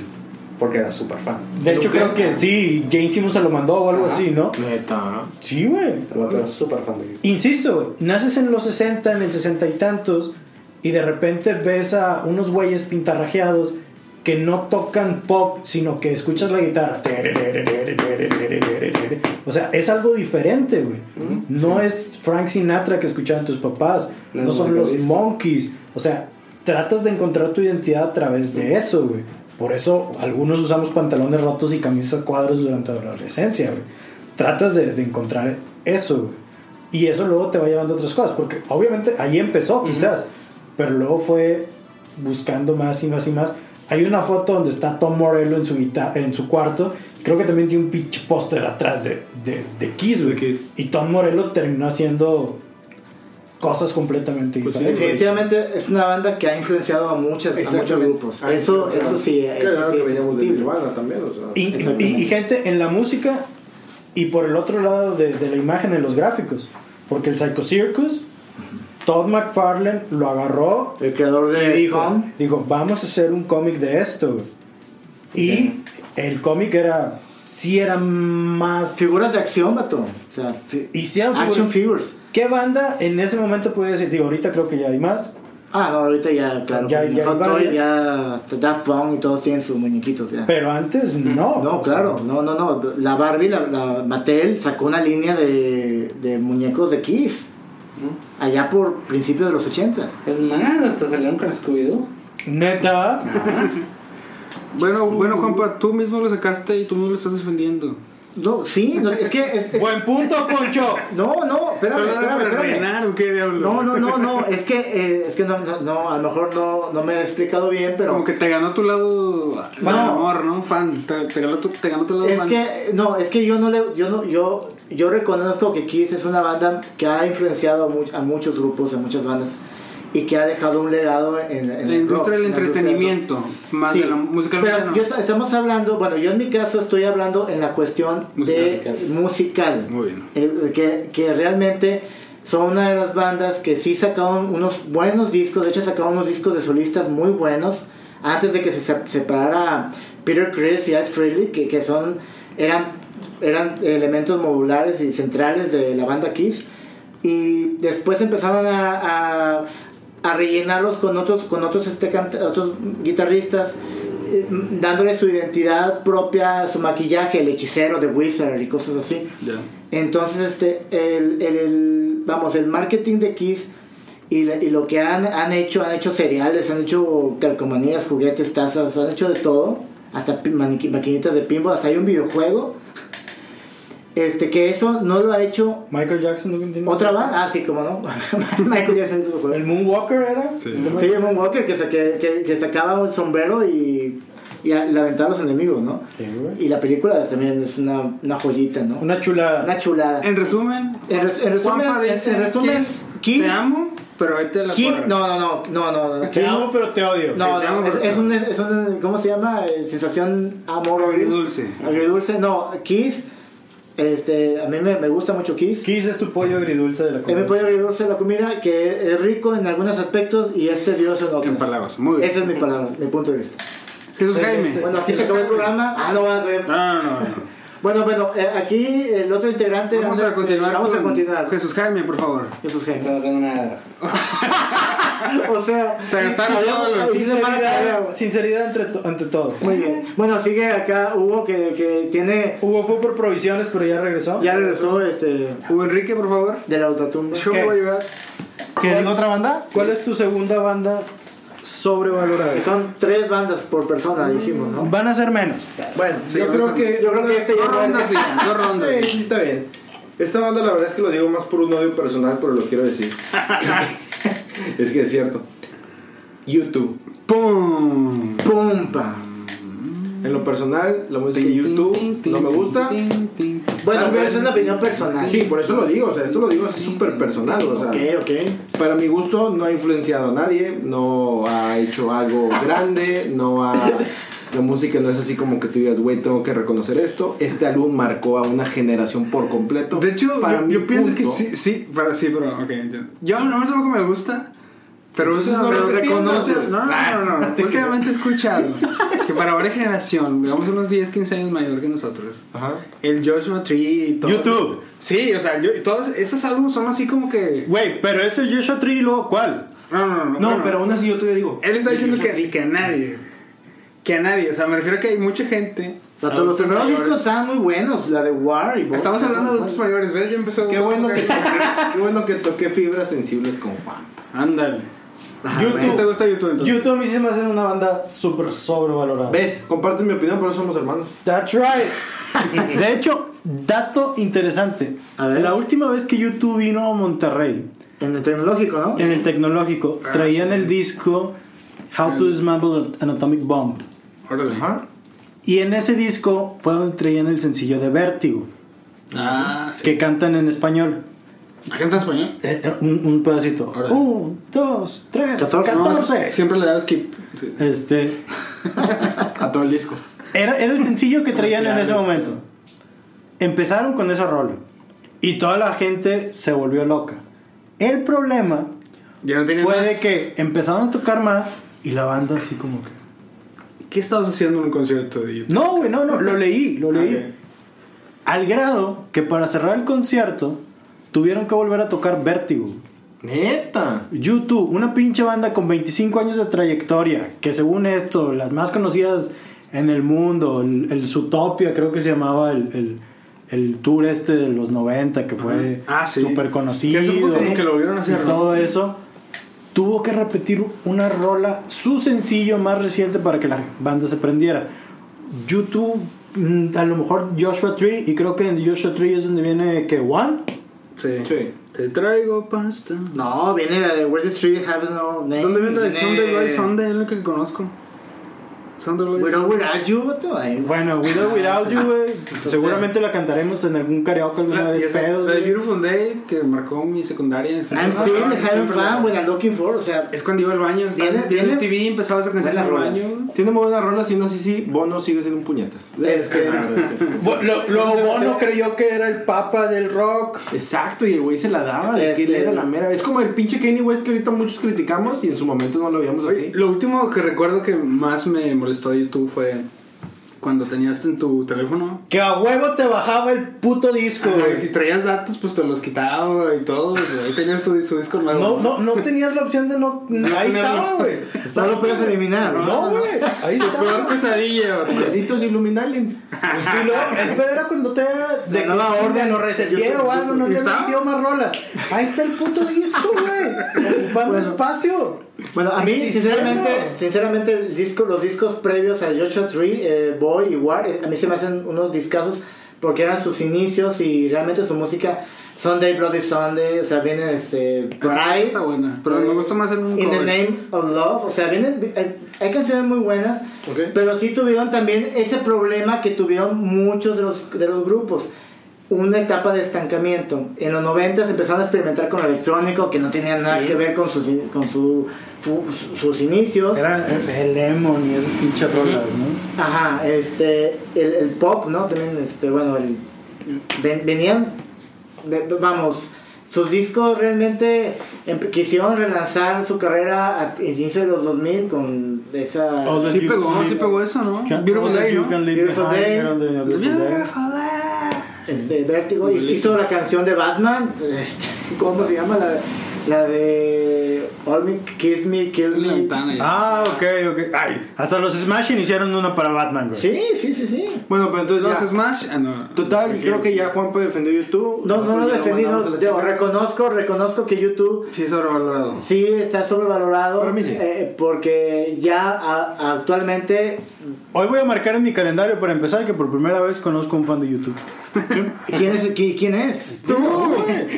S4: porque era súper fan.
S2: De hecho, creo que sí, James Simmons se lo mandó o algo
S4: Ajá.
S2: así, ¿no?
S5: Neta.
S2: Sí, güey.
S4: El vato era súper fan de Kiss.
S2: Insisto, güey, naces en los 60, en el 60 y tantos, y de repente ves a unos güeyes pintarrajeados que no tocan pop, sino que escuchas la guitarra. O sea, es algo diferente, güey. No es Frank Sinatra que escuchaban tus papás,
S4: No
S2: no
S4: es
S2: son
S4: música
S2: los
S4: disco.
S2: Monkeys. O sea, tratas de encontrar tu identidad a través de eso, güey. Por eso algunos usamos pantalones rotos y camisas a cuadros durante la adolescencia, güey. Tratas de, de encontrar eso, güey. Y eso luego te va llevando a otras cosas, porque obviamente ahí empezó quizás, pero luego fue buscando más y más y más. Hay una foto donde está Tom Morello en su, guita- en su cuarto, creo que también tiene un pinche póster atrás de, de, de Kiss, güey.
S5: Kiss.
S2: Y Tom Morello terminó haciendo cosas completamente
S5: Pues sí,
S2: diferentes.
S3: Definitivamente es una banda que ha influenciado a, muchas, a muchos
S5: Exactamente.
S3: grupos.
S5: Ah,
S3: Eso,
S5: o sea,
S3: eso sí,
S5: que
S3: eso
S5: era lo
S3: sí
S5: que
S3: es
S5: veníamos de
S3: indiscutible.
S5: Nirvana también, o sea.
S2: Y, y- y- y gente en la música y por el otro lado de, de la imagen en los gráficos, porque el Psycho Circus, Todd McFarlane lo agarró
S3: El creador de
S2: Y dijo,
S3: Home.
S2: Eh, dijo, vamos a hacer un cómic de esto. güey". Y el cómic era, sí era más...
S3: Figuras de acción, vato. O sea, fi-
S2: Y sí eran
S3: action
S2: figuras.
S3: figures.
S2: ¿Qué banda en ese momento puede decir? Digo, ahorita creo que ya hay más.
S3: Ah, no, ahorita ya, claro.
S2: Ya-
S3: con
S2: ya hay
S3: Hot Toy,
S2: varias.
S3: ya hasta Daft Punk y todos tienen sus muñequitos ya.
S2: Pero antes no.
S3: no,
S2: o sea,
S3: claro, no, no, no. La Barbie, la, la Mattel sacó una línea de, de muñecos de Kiss.
S2: ¿Mm?
S3: Allá por principios de los 80.
S4: Es más, Pues hasta salieron con Scooby-Doo.
S3: (laughs)
S2: Neta.
S1: Bueno, bueno, Juanpa, tú mismo lo sacaste y tú mismo lo estás defendiendo.
S3: No, sí, no, es que. es- es-
S2: Buen punto, Poncho.
S3: no, no, espérame,
S1: ¿Solo era
S3: espérame,
S1: para
S3: espérame.
S1: rellenar o qué diablo?
S3: No, no, no, no, es que, eh, es que no, no, no, a lo mejor no, no me he explicado bien, pero...
S1: Como que te ganó tu lado fan,
S3: No.
S1: amor, ¿no? Fan. Te, te ganó, tu, te ganó tu lado
S3: Es
S1: fan.
S3: que, no, es que yo no le, yo no, yo, yo reconozco que Kiss es una banda que ha influenciado a, much- a muchos grupos, a muchas bandas, y que ha dejado un legado en, en- en
S1: la
S3: el rock,
S1: industria del
S3: en la industria rock.
S1: entretenimiento, más
S3: Sí,
S1: de la música.
S3: Pero
S1: no.
S3: yo est- estamos hablando, bueno, yo en mi caso estoy hablando en la cuestión
S4: Musical.
S3: de musical.
S1: Muy bien.
S3: El- Eh, que, que realmente son una de las bandas que sí sacaron unos buenos discos, de hecho sacaron unos discos de solistas muy buenos antes de que se se- separara Peter Chris y Ice Frehley, que, que son, eran, eran elementos modulares y centrales de la banda Kiss. Y después empezaron a, a, a rellenarlos con otros, con otros, este, canta- otros guitarristas, eh, dándole su identidad propia, su maquillaje, el hechicero de Wizard y cosas así.
S1: Ya.
S3: Entonces, este, el, el- el- vamos, el marketing de Kiss y, la- y lo que han, han hecho, han hecho cereales, han hecho calcomanías, juguetes, tazas, han hecho de todo, hasta pi- maniqui- maquinitas de pinball, hasta hay un videojuego. Este, que eso no lo ha hecho
S2: Michael Jackson no continúa.
S3: otra banda. Ah, sí, como no. (laughs) Michael Jackson es un juego.
S2: El Moonwalker era.
S1: Sí.
S3: Sí, el Moonwalker que, sa- que, que, que sacaba un sombrero y, y a- le aventaba a los enemigos, ¿no?
S2: Sí, güey.
S3: Y la película también es una, una joyita, ¿no?
S2: Una chulada.
S3: Una chulada.
S1: En resumen,
S3: En, res- en resumen,
S1: Juanpa dice,
S3: en resumen,
S1: Kiss,
S3: Kiss-
S1: te amo, pero ahí te la
S3: Kiss-
S1: corro.
S3: no, no, no, no, no, no.
S2: Te amo, pero te odio.
S3: No,
S1: te
S3: no,
S1: amo,
S3: es,
S1: pero-
S3: es un, es un- ¿cómo se llama? Eh, Sensación amor
S1: Agridulce.
S3: Agridulce, no, Kiss, este, a mí me, me gusta mucho Kiss.
S2: Kiss es tu pollo agridulce de la
S3: Es mi
S2: comida.
S3: pollo agridulce de la comida que es rico en algunos aspectos y es tedioso en otros.
S1: En palabras, muy bien.
S3: Ese es mi palabra, mi punto de vista.
S1: Jesús
S2: Sí,
S1: Jaime.
S3: Bueno, así se acabó
S1: (laughs)
S3: el programa. Ah, no va a ver.
S1: No, no, no. no.
S3: Bueno, bueno, eh, aquí el otro integrante.
S1: Vamos
S3: Andrés,
S1: a continuar.
S3: Vamos a
S1: con
S3: continuar.
S1: Jesús Jaime, por favor.
S3: Jesús Jaime.
S4: No tengo nada.
S3: (laughs) O sea,
S1: Se gastaron
S3: sí,
S1: todo lo-
S3: sí, se van a
S2: Sinceridad,
S3: cagar.
S2: sinceridad entre to- ante todo.
S3: Muy bien. Bueno, sigue acá Hugo que, que tiene.
S2: Hugo fue por provisiones, pero ya regresó.
S3: Ya regresó este.
S1: Hugo Enrique, por favor.
S3: De la autotumba.
S1: Yo voy a llevar.
S2: ¿Cuál-
S3: banda?
S2: ¿Cuál es tu segunda banda sobrevalorada?
S3: Que son tres bandas por persona, dijimos, ¿no?
S2: Van a ser menos.
S5: Bueno,
S1: Sí,
S5: yo creo
S1: vamos a-
S5: que.
S3: Yo creo que este ya
S1: Dos
S3: no era-
S1: rondas, sí,
S3: (laughs)
S1: dos rondas.
S5: Sí, sí, está bien. Esta banda, la verdad es que lo digo más por un odio personal, pero lo
S3: (laughs)
S5: quiero decir. es que es cierto. YouTube.
S1: ¡Pum!
S3: ¡Pumpa!
S5: En lo personal, la música de YouTube no me gusta.
S3: Bueno,
S1: Ah,
S5: Tal
S3: pero
S5: vez-
S3: esa es una opinión personal.
S5: Sí, por eso lo digo, o sea, esto lo digo así súper personal, o sea.
S3: Ok, ok.
S5: Para mi gusto no ha influenciado a nadie, no ha hecho algo grande, no ha... La música no es así como que tú digas, güey, tengo que reconocer esto. Este álbum marcó a una generación por completo.
S1: De hecho,
S5: Para
S1: yo,
S5: mi
S1: yo pienso que
S5: punto,
S1: sí, sí, para, sí, pero, ok, entiendo. Yo no me tampoco me gusta, pero,
S5: Entonces no
S1: pero
S5: lo defiendas.
S1: reconoces. No, no, no,
S5: (laughs)
S1: no. Últimamente he escuchado que para ahora generación, digamos unos 10, 15 años mayor que nosotros,
S5: Ajá.
S1: el Joshua Tree y todo.
S2: YouTube.
S1: Sí, o sea, yo, todos esos álbumes son así como que.
S2: Güey, pero ese Joshua Tree, luego, ¿cuál?
S1: No, no, no.
S5: No,
S1: bueno.
S5: pero aún así yo te digo.
S1: Él está diciendo
S5: Joshua
S1: que, que a nadie. Que a nadie. O sea, me refiero a que hay mucha gente.
S3: O sea, todos los primeros discos estaban muy buenos, la de War y Box,
S1: Ah, Estamos hablando de adultos mayores, ¿ves? Ya empezó.
S5: Qué bueno, que toqué, qué bueno que toqué fibras sensibles con Juan.
S1: Ándale.
S3: Ah,
S1: ¿Te
S2: YouTube.
S1: gusta YouTube entonces?
S2: YouTube a mí se me hace una banda súper sobrevalorada.
S5: ¿Ves? Comparten mi opinión, por eso somos hermanos.
S2: That's right. De hecho, dato interesante.
S3: A ver.
S2: La última vez que YouTube vino a Monterrey,
S3: En el tecnológico, ¿no?
S2: en el tecnológico,
S1: Ah,
S2: traían
S1: sí.
S2: el disco How to Dismantle an Atomic Bomb.
S1: Órale.
S5: Ajá.
S2: Y en ese disco fue donde traían el sencillo de Vértigo,
S1: Ah, sí.
S2: que cantan en español.
S1: ¿A gente en español?
S2: Eh, eh, un, un pedacito.
S1: Órale.
S2: Un, dos, tres,
S3: Catorce.
S2: catorce.
S1: No, siempre le daba skip.
S2: (laughs)
S1: Sí.
S2: Este,
S5: A todo el disco.
S2: era, era el
S1: (laughs)
S2: sencillo que traían en ese
S1: Comerciales.
S2: momento. Empezaron con ese rol. Y toda la gente se volvió loca. El problema
S1: Ya no tenía
S2: fue
S1: más.
S2: de que empezaron a tocar más y la banda así como que...
S1: ¿Qué estabas haciendo en un concierto de YouTube?
S2: No, güey, no, no, lo leí, lo leí.
S1: Ok.
S2: Al grado que para cerrar el concierto tuvieron que volver a tocar Vértigo.
S5: Neta.
S2: YouTube, una pinche banda con 25 años de trayectoria, que según esto, las más conocidas en el mundo, el, el Zootopia creo que se llamaba el, el- el tour este de los 90, que fue
S1: Ah, sí.
S2: súper conocido.
S1: Que supongo como que lo vieron hacer,
S2: y
S1: ¿no?
S2: todo eso. Tuvo que repetir una rola, su sencillo más reciente para que la banda se prendiera. YouTube, mm, a lo mejor Joshua Tree, y creo que en Joshua Tree es donde viene que One.
S1: Sí.
S5: Sí.
S1: Te traigo pasta.
S3: No, viene la de Where the Street Have No Name.
S1: ¿Dónde viene la de
S3: viene-
S1: Sunday Bloody Sunday? Es lo que conozco. Sunday Bloody
S3: We're
S1: Sunday.
S3: Over At You, vato, ahí.
S2: Bueno, Without, Without You, güey. Seguramente la cantaremos en algún karaoke alguna
S1: La, y
S2: vez,
S1: esa-
S2: pedos,
S1: la de
S2: güey.
S1: Beautiful Day que marcó mi secundaria.
S3: I'm
S1: Siempre-
S3: still having
S1: siempre-
S3: fun when I'm looking for, o sea,
S1: Es cuando iba al baño, estaba
S3: Viene-
S1: viendo
S3: viene-
S1: TV, empezaba esa canción en el
S3: Buenas
S1: baño.
S5: Tiene muy buenas rolas y no sé si Bono sigue siendo un puñetas. Este,
S3: Es que-
S5: la verdad es que-
S2: Bo- Lo, lo Bono creyó que era el papa del rock.
S5: Exacto, y el güey se la daba de
S3: Este-
S5: que él era la mera. Es como el pinche Kanye West que ahorita muchos criticamos y en su momento no lo veíamos
S1: Oye,
S5: así.
S1: (laughs) Lo último que recuerdo que más me molestó de YouTube fue cuando tenías en tu teléfono.
S2: Que a huevo te bajaba el puto disco,
S1: Ajá, y
S2: güey.
S1: si traías datos, pues te los quitaba y todo. güey. Ahí tenías tu, su disco nuevo.
S2: No, no, no tenías la opción de no.
S1: No,
S2: ahí
S1: no,
S2: estaba,
S1: no.
S2: güey.
S3: no lo puedes eliminar.
S2: No, güey. Ahí
S1: Tu peor
S2: estaba.
S1: pesadilla, güey.
S5: Malditos Illuminalians.
S2: Y (laughs) luego, el pedo era cuando te era de
S3: La nueva
S2: que
S3: orden.
S2: lo reseteé o algo, no
S1: ¿Y
S2: le
S1: estaba?
S2: metió más rolas. Ahí está el puto disco, (laughs) güey. Ocupando espacio.
S3: Bueno, a mí,
S2: Existiendo.
S1: Ah,
S3: sinceramente, sinceramente el disco, los discos previos a Joshua Tree, eh, Boy y War, eh, a mí se me hacen unos discazos. porque eran sus inicios y realmente su música Sunday Bloody Sunday, o sea, viene este
S1: Esta
S3: Pride,
S1: está buena. Pero me gusta más en un
S3: In the
S1: cover.
S3: Name of Love, o sea, vienen hay- hay canciones muy buenas,
S5: Ok.
S3: pero sí tuvieron también ese problema que tuvieron muchos de los, de los grupos. Una etapa de estancamiento. En los 90 empezaron a experimentar con lo electrónico que no tenía nada que ver con sus, in- con su- fu- sus inicios.
S2: Era el, el Lemon y esas pinches rolas, ¿no?
S3: Ajá, este, el, el pop, ¿no? También, este, bueno, el, ven- venían, ve- vamos, sus discos realmente em- quisieron relanzar su carrera al inicio de los 2000 con esa...
S2: All the-
S1: Sí pegó, sí pegó eso, ¿no?
S2: Can't-
S1: Beautiful Day,
S2: You
S1: ¿no?
S2: Can Leave
S3: Beautiful
S2: Behind,
S3: Day.
S2: era donde venía Beautiful Day.
S3: este, Vértigo hizo, hizo la canción de Batman, este, (laughs) ¿cómo se llama? La, la de All Me, Kiss Me, Kill
S1: La
S3: Me.
S1: ventana ya.
S2: Ah, ok, ok. Ay, hasta los Smashing hicieron una para Batman, güey.
S3: Sí, sí, sí, sí.
S5: Bueno, pero entonces
S1: Los
S5: ya.
S1: Smash, ah, no.
S5: Total, y creo que ya Juanpa defendió YouTube.
S3: No, no lo
S5: Ya
S3: defendí, no,
S5: mandamos a la
S3: digo,
S5: chingada.
S3: reconozco, reconozco que YouTube
S1: Sí, es sobrevalorado.
S3: Sí, está sobrevalorado.
S5: Para mí sí.
S3: eh, porque ya a- actualmente,
S2: Hoy voy a marcar en mi calendario para empezar que por primera vez conozco un fan de YouTube.
S3: ¿quién es? qui- ¿Quién es? ¡Tú!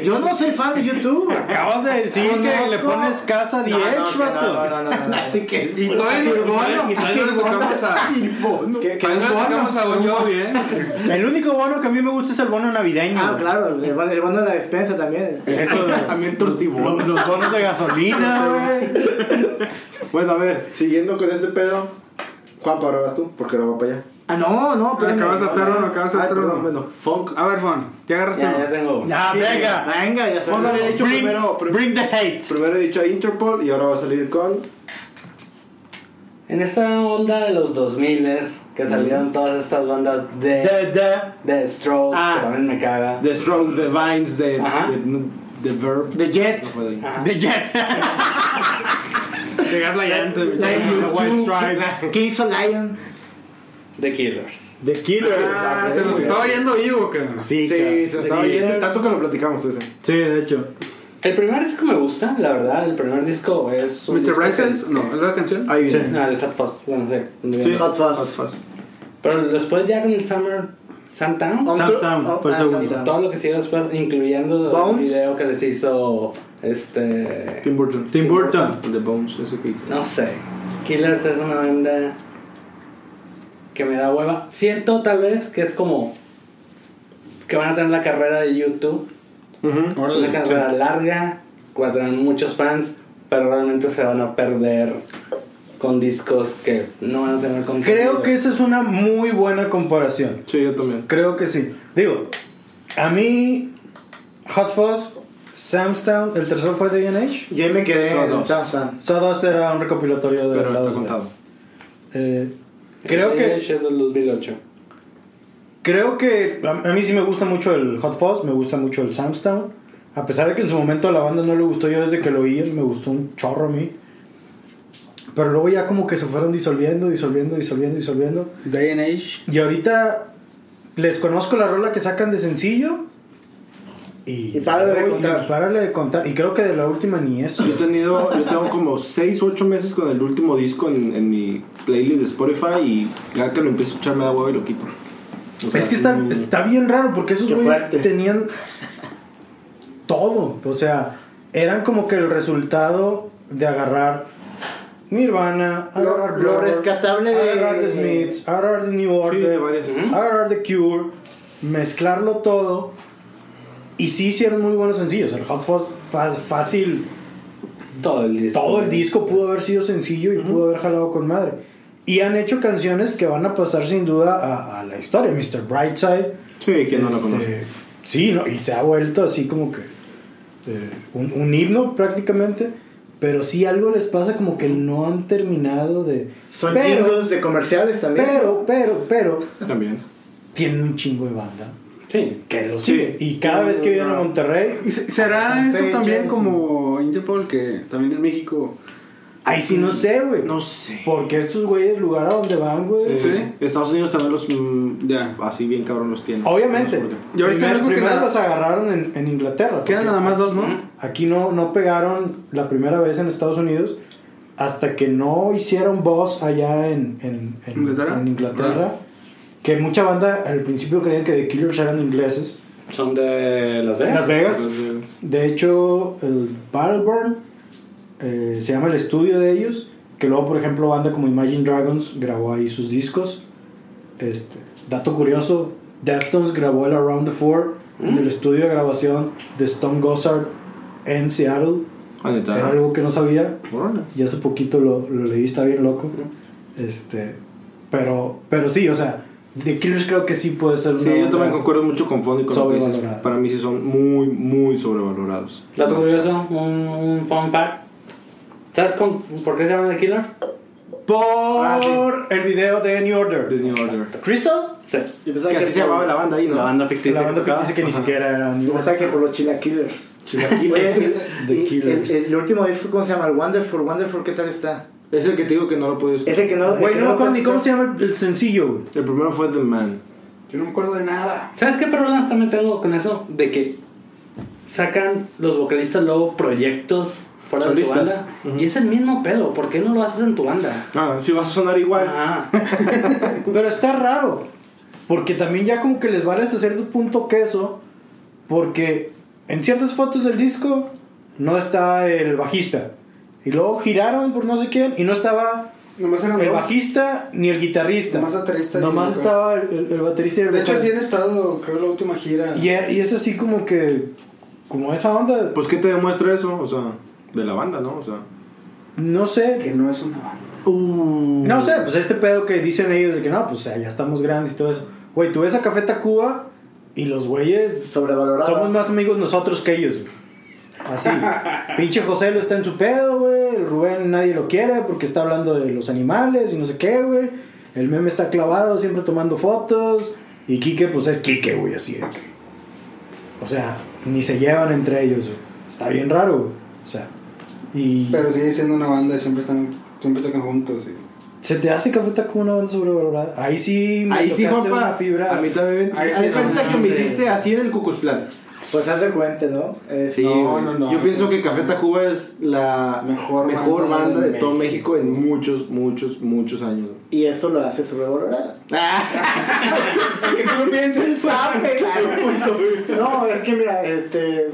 S3: Yo no soy fan de YouTube.
S2: Acabas de decir que
S3: Conozco-
S2: le pones casa de
S3: No, no,
S2: Edge,
S3: que
S2: vato.
S3: No, no, no, no, no.
S1: Y todavía
S3: Silvano,
S1: y todavía nos tocamos a.
S3: Que- que
S1: Ah, Todavía nos
S3: bono.
S1: tocamos a Bon Jovi, ¿eh?
S2: El único bono que a mí me gusta es el bono navideño.
S3: Ah,
S2: güey.
S3: claro, el bono, el bono de la despensa también.
S2: Eso,
S3: (laughs)
S2: güey.
S5: También tortibón.
S2: los, los bonos de gasolina, güey.
S5: Bueno, a ver, siguiendo con este pedo. Juanpa, ahora vas tú, porque ahora va para allá.
S3: Ah, no, no, espérame.
S1: Acabas de atar uno, acabas de
S5: Ay,
S1: atar
S5: perdón,
S1: uno.
S5: bueno, funk.
S1: A ver, Fon, ya agarraste
S4: Ya, ya
S1: uno.
S4: tengo uno.
S2: Ah, venga.
S3: Venga, ya
S5: Ponga de
S3: sabes.
S5: hecho
S2: Bring,
S5: primero, pr-
S2: bring the hate.
S5: primero he dicho a Interpol y ahora va a salir con.
S4: En esta onda de los 2000 que salieron todas estas bandas de,
S2: The, the-
S4: de Stroke,
S5: Ah.
S4: que también me caga.
S5: The Strong, The Vines, The,
S4: Ajá.
S5: the, the Verb.
S3: The Jet.
S5: No fue de ahí.
S4: Ajá.
S2: the Jet.
S1: Llegas la llanta.
S3: La
S1: güey.
S2: The White Stripes.
S3: Kings of Lion.
S4: The Killers.
S2: The Killer.
S1: Ah, Se nos estaba yendo vivo, cabrón.
S2: Sí,
S5: Sí, se
S2: cabrón.
S5: estaba
S2: Sí.
S5: oyendo tanto que lo platicamos ese.
S2: Sí, de hecho.
S4: El primer disco me gusta, la verdad. El primer disco es. un
S1: Mr.
S4: disco
S1: Bryce,
S4: que-
S1: no, es la canción.
S5: Ahí viene.
S4: No, el Hot Fuzz. Bueno, sí. donde viene.
S3: Hot
S5: Hot
S3: Fuzz.
S5: Fuzz.
S4: Pero después ya con el Summer Suntown.
S3: On
S2: Sam
S3: to-
S2: Town,
S3: on-
S2: fue el
S3: ah,
S2: segundo.
S3: Sam Town.
S4: Todo lo que siguió después, incluyendo
S3: Bones.
S4: el video que les hizo este.
S5: Tim Burton.
S2: Tim Burton.
S5: The Bones, ese que
S4: No sé. Killers es una banda que me da hueva. Siento tal vez que es como que van a tener la carrera de YouTube. Una carrera larga, que va a tener muchos fans, pero realmente se van a perder con discos que no van a tener contenido.
S2: Creo que esa es una muy buena comparación.
S5: Sí, yo también.
S2: Creo que sí. Digo, a mí, Hot Fuzz, Samstown, el tercero fue de Age.
S3: Yo ahí me quedé
S5: Son
S3: en
S5: dos.
S3: Sansa.
S2: Sawdust era un recopilatorio de
S5: Pero está
S2: lados B.
S5: contado.
S2: Eh, creo que
S4: Es del 2008.
S2: creo que a, a mí sí me gusta mucho el Hot Fuzz, me gusta mucho el Samstown. A pesar de que en su momento a la banda no le gustó, yo desde que lo oí me gustó un chorro a mí. Pero luego ya como que se fueron disolviendo, disolviendo, disolviendo, disolviendo.
S1: Day and Age.
S2: Y ahorita les conozco la rola que sacan de sencillo. Y,
S3: Y párale de
S2: y
S3: contar.
S2: párale de contar. Y creo que de la última ni eso.
S5: Yo he tenido, yo tengo como 6 o 8 meses con el último disco en, en mi playlist de Spotify y cada que lo empiezo a escuchar me da huevo y lo quito. O sea,
S2: es que está,
S5: mm,
S2: está bien raro porque esos
S3: Qué
S2: güeyes
S3: fuerte.
S2: tenían todo. O sea, eran como que el resultado de agarrar Nirvana,
S3: Lo-
S2: agarrar
S3: lo
S2: Blur,
S3: rescatable de-
S2: agarrar The Smiths, agarrar The New
S5: Sí, de
S2: Order,
S5: varias.
S2: agarrar The Cure, mezclarlo todo. Y sí hicieron muy buenos sencillos. El Hot Fuzz fa- fácil.
S4: Todo el disco.
S2: Todo el disco pudo haber sido sencillo y pudo haber jalado con madre. Y han hecho canciones que van a pasar sin duda a, a la historia. Mr. Brightside.
S5: Sí, que no lo
S2: este,
S5: conoce.
S2: Sí, ¿no? y se ha vuelto así como que eh, un, un himno prácticamente. Pero sí algo les pasa como que no han terminado de...
S3: Son
S2: pero,
S3: jingles de comerciales también.
S2: pero, pero, pero,
S5: También.
S2: tienen un chingo de banda.
S4: Sí.
S2: Que lo
S5: Sí.
S2: sigue. Y cada vez que vienen a Monterrey,
S1: ¿Y se- será eso
S2: Fechas,
S1: también
S2: sí.
S1: como Interpol que también en México?
S2: ahí sí no sé, güey.
S5: No sé.
S2: Porque estos güeyes, lugar a donde van, güey.
S5: Sí.
S1: Sí.
S5: Estados Unidos también los. mm,
S1: Ya.
S5: Así bien cabrón los tiene.
S2: Obviamente.
S5: No sé por
S1: Y ahorita
S2: primero
S1: algo que
S2: primero
S1: nada-
S2: los agarraron en, en Inglaterra.
S1: Quedan
S2: porque
S1: nada más dos,
S4: Ujú.
S1: ¿no?
S2: Aquí no, no pegaron la primera vez en Estados Unidos hasta que no hicieron voz allá en, en, en- en
S1: ¿Inglaterra?
S2: Inglaterra.
S1: Claro.
S2: Que mucha banda al principio creían que The Killers eran ingleses.
S4: Son de Las Vegas.
S2: Las Vegas.
S5: Entonces,
S2: De hecho, el Battleborn eh, se llama el estudio de ellos. Que luego, por ejemplo, banda como Imagine Dragons grabó ahí sus discos. Este, dato curioso: Deftones grabó el Around the Four en el estudio de grabación de Stone Gossard en Seattle.
S5: Ah, neta.
S2: Era algo que no sabía.
S5: órale.
S2: Y hace poquito lo, lo leí, está bien loco. Este, pero, pero sí, o sea, The Killers creo que sí puede ser una
S5: Sí, yo
S2: banda-
S5: también concuerdo mucho con Fondo y con lo que dices.
S2: Sobrevalorada.
S5: Para mí sí son muy, muy sobrevalorados.
S4: Dato curioso, un, un fun fact. ¿Sabes con- por qué se llaman The Killers?
S2: Por
S5: Ah, sí.
S2: el video de New Order.
S5: The New Order.
S2: ¿Crystal?
S4: Sí.
S3: Yo pensaba
S5: Que así se
S3: por-
S5: llamaba la banda ahí, ¿no?
S4: La banda ficticia.
S2: La banda
S4: que tocaba.
S2: ficticia que ni siquiera era New
S3: Yo
S2: Order.
S3: pensaba que por los chilaquiles. (laughs) Oye,
S5: Chilaquiles.
S3: el-
S2: The
S3: eh, y-
S2: Killers.
S3: El, el último disco, ¿cómo se llama? El Wonderful, Wonderful, ¿qué tal está?
S5: es el que te digo que no lo puedes
S3: Es el que no. el
S2: Güey,
S3: que
S2: no me acuerdo ni cómo se
S3: escuchar.
S2: llama el, el sencillo, güey.
S5: El primero fue The Man.
S1: Yo no me acuerdo de nada.
S4: ¿Sabes qué problemas también tengo con eso? De que sacan los vocalistas luego proyectos fuera
S5: Solistas.
S4: de su banda.
S5: Ujú.
S4: Y es el mismo pedo. ¿Por qué no lo haces en tu banda?
S5: Ah, sí, vas a sonar igual.
S4: Ah,
S2: Pero está raro. Porque también ya como que les vale hasta cierto punto queso. Porque en ciertas fotos del disco no está el bajista. Y luego giraron por no sé quién y no estaba
S1: Nomás eran
S2: el
S1: dos.
S2: bajista ni el guitarrista.
S1: Nomás baterista y
S2: Nomás
S1: el-
S2: estaba el, el- el baterista y el
S1: De hecho,
S2: vocal.
S1: así han estado, creo, la última gira.
S2: y, e- y es así como que... Como esa onda...
S5: Pues, ¿qué te demuestra eso? O sea, de la banda, ¿no? O sea,
S2: No sé.
S1: Que no es una banda.
S5: Uh,
S2: No sé, pues este pedo que dicen ellos de que no, pues ya estamos grandes y todo eso. Güey, tú ves a Café Tacuba y los güeyes
S3: Sobrevalorado.
S2: Somos más amigos nosotros que ellos. güey. Así. Pinche José lo está en su pedo, güey. El Rubén nadie lo quiere porque está hablando de los animales y no sé qué, güey. El meme está clavado, siempre tomando fotos. Y Quique, pues es Quique, güey, así de que. O sea, ni se llevan entre ellos, güey. Está bien raro, güey. O sea. Y.
S1: Pero sigue siendo una banda y siempre, están, siempre tocan juntos. y-
S2: ¿Se te hace Café Tacuba una banda sobrevalorada? Ahí sí me
S5: ahí sí,
S2: tocaste
S5: compa.
S2: una fibra.
S5: A mí también.
S1: Ahí
S5: Ahí
S1: sí,
S5: sí, cuenta
S1: no,
S5: que me
S1: hombre.
S5: hiciste así en el Cucuzplan.
S3: Pues hace cuenta, ¿no? Es-
S5: Sí,
S1: No,
S5: güey.
S1: no, no.
S5: Yo pienso que Café Tacuba es la
S1: Mejor
S5: mejor
S1: banda
S5: banda, de,
S1: de
S5: todo México en muchos, muchos, muchos años.
S3: Y eso lo hace sobrevalorado.
S5: (laughs) que
S3: (laughs)
S5: tú pienses, ah, sabe.
S3: No, es que mira, este.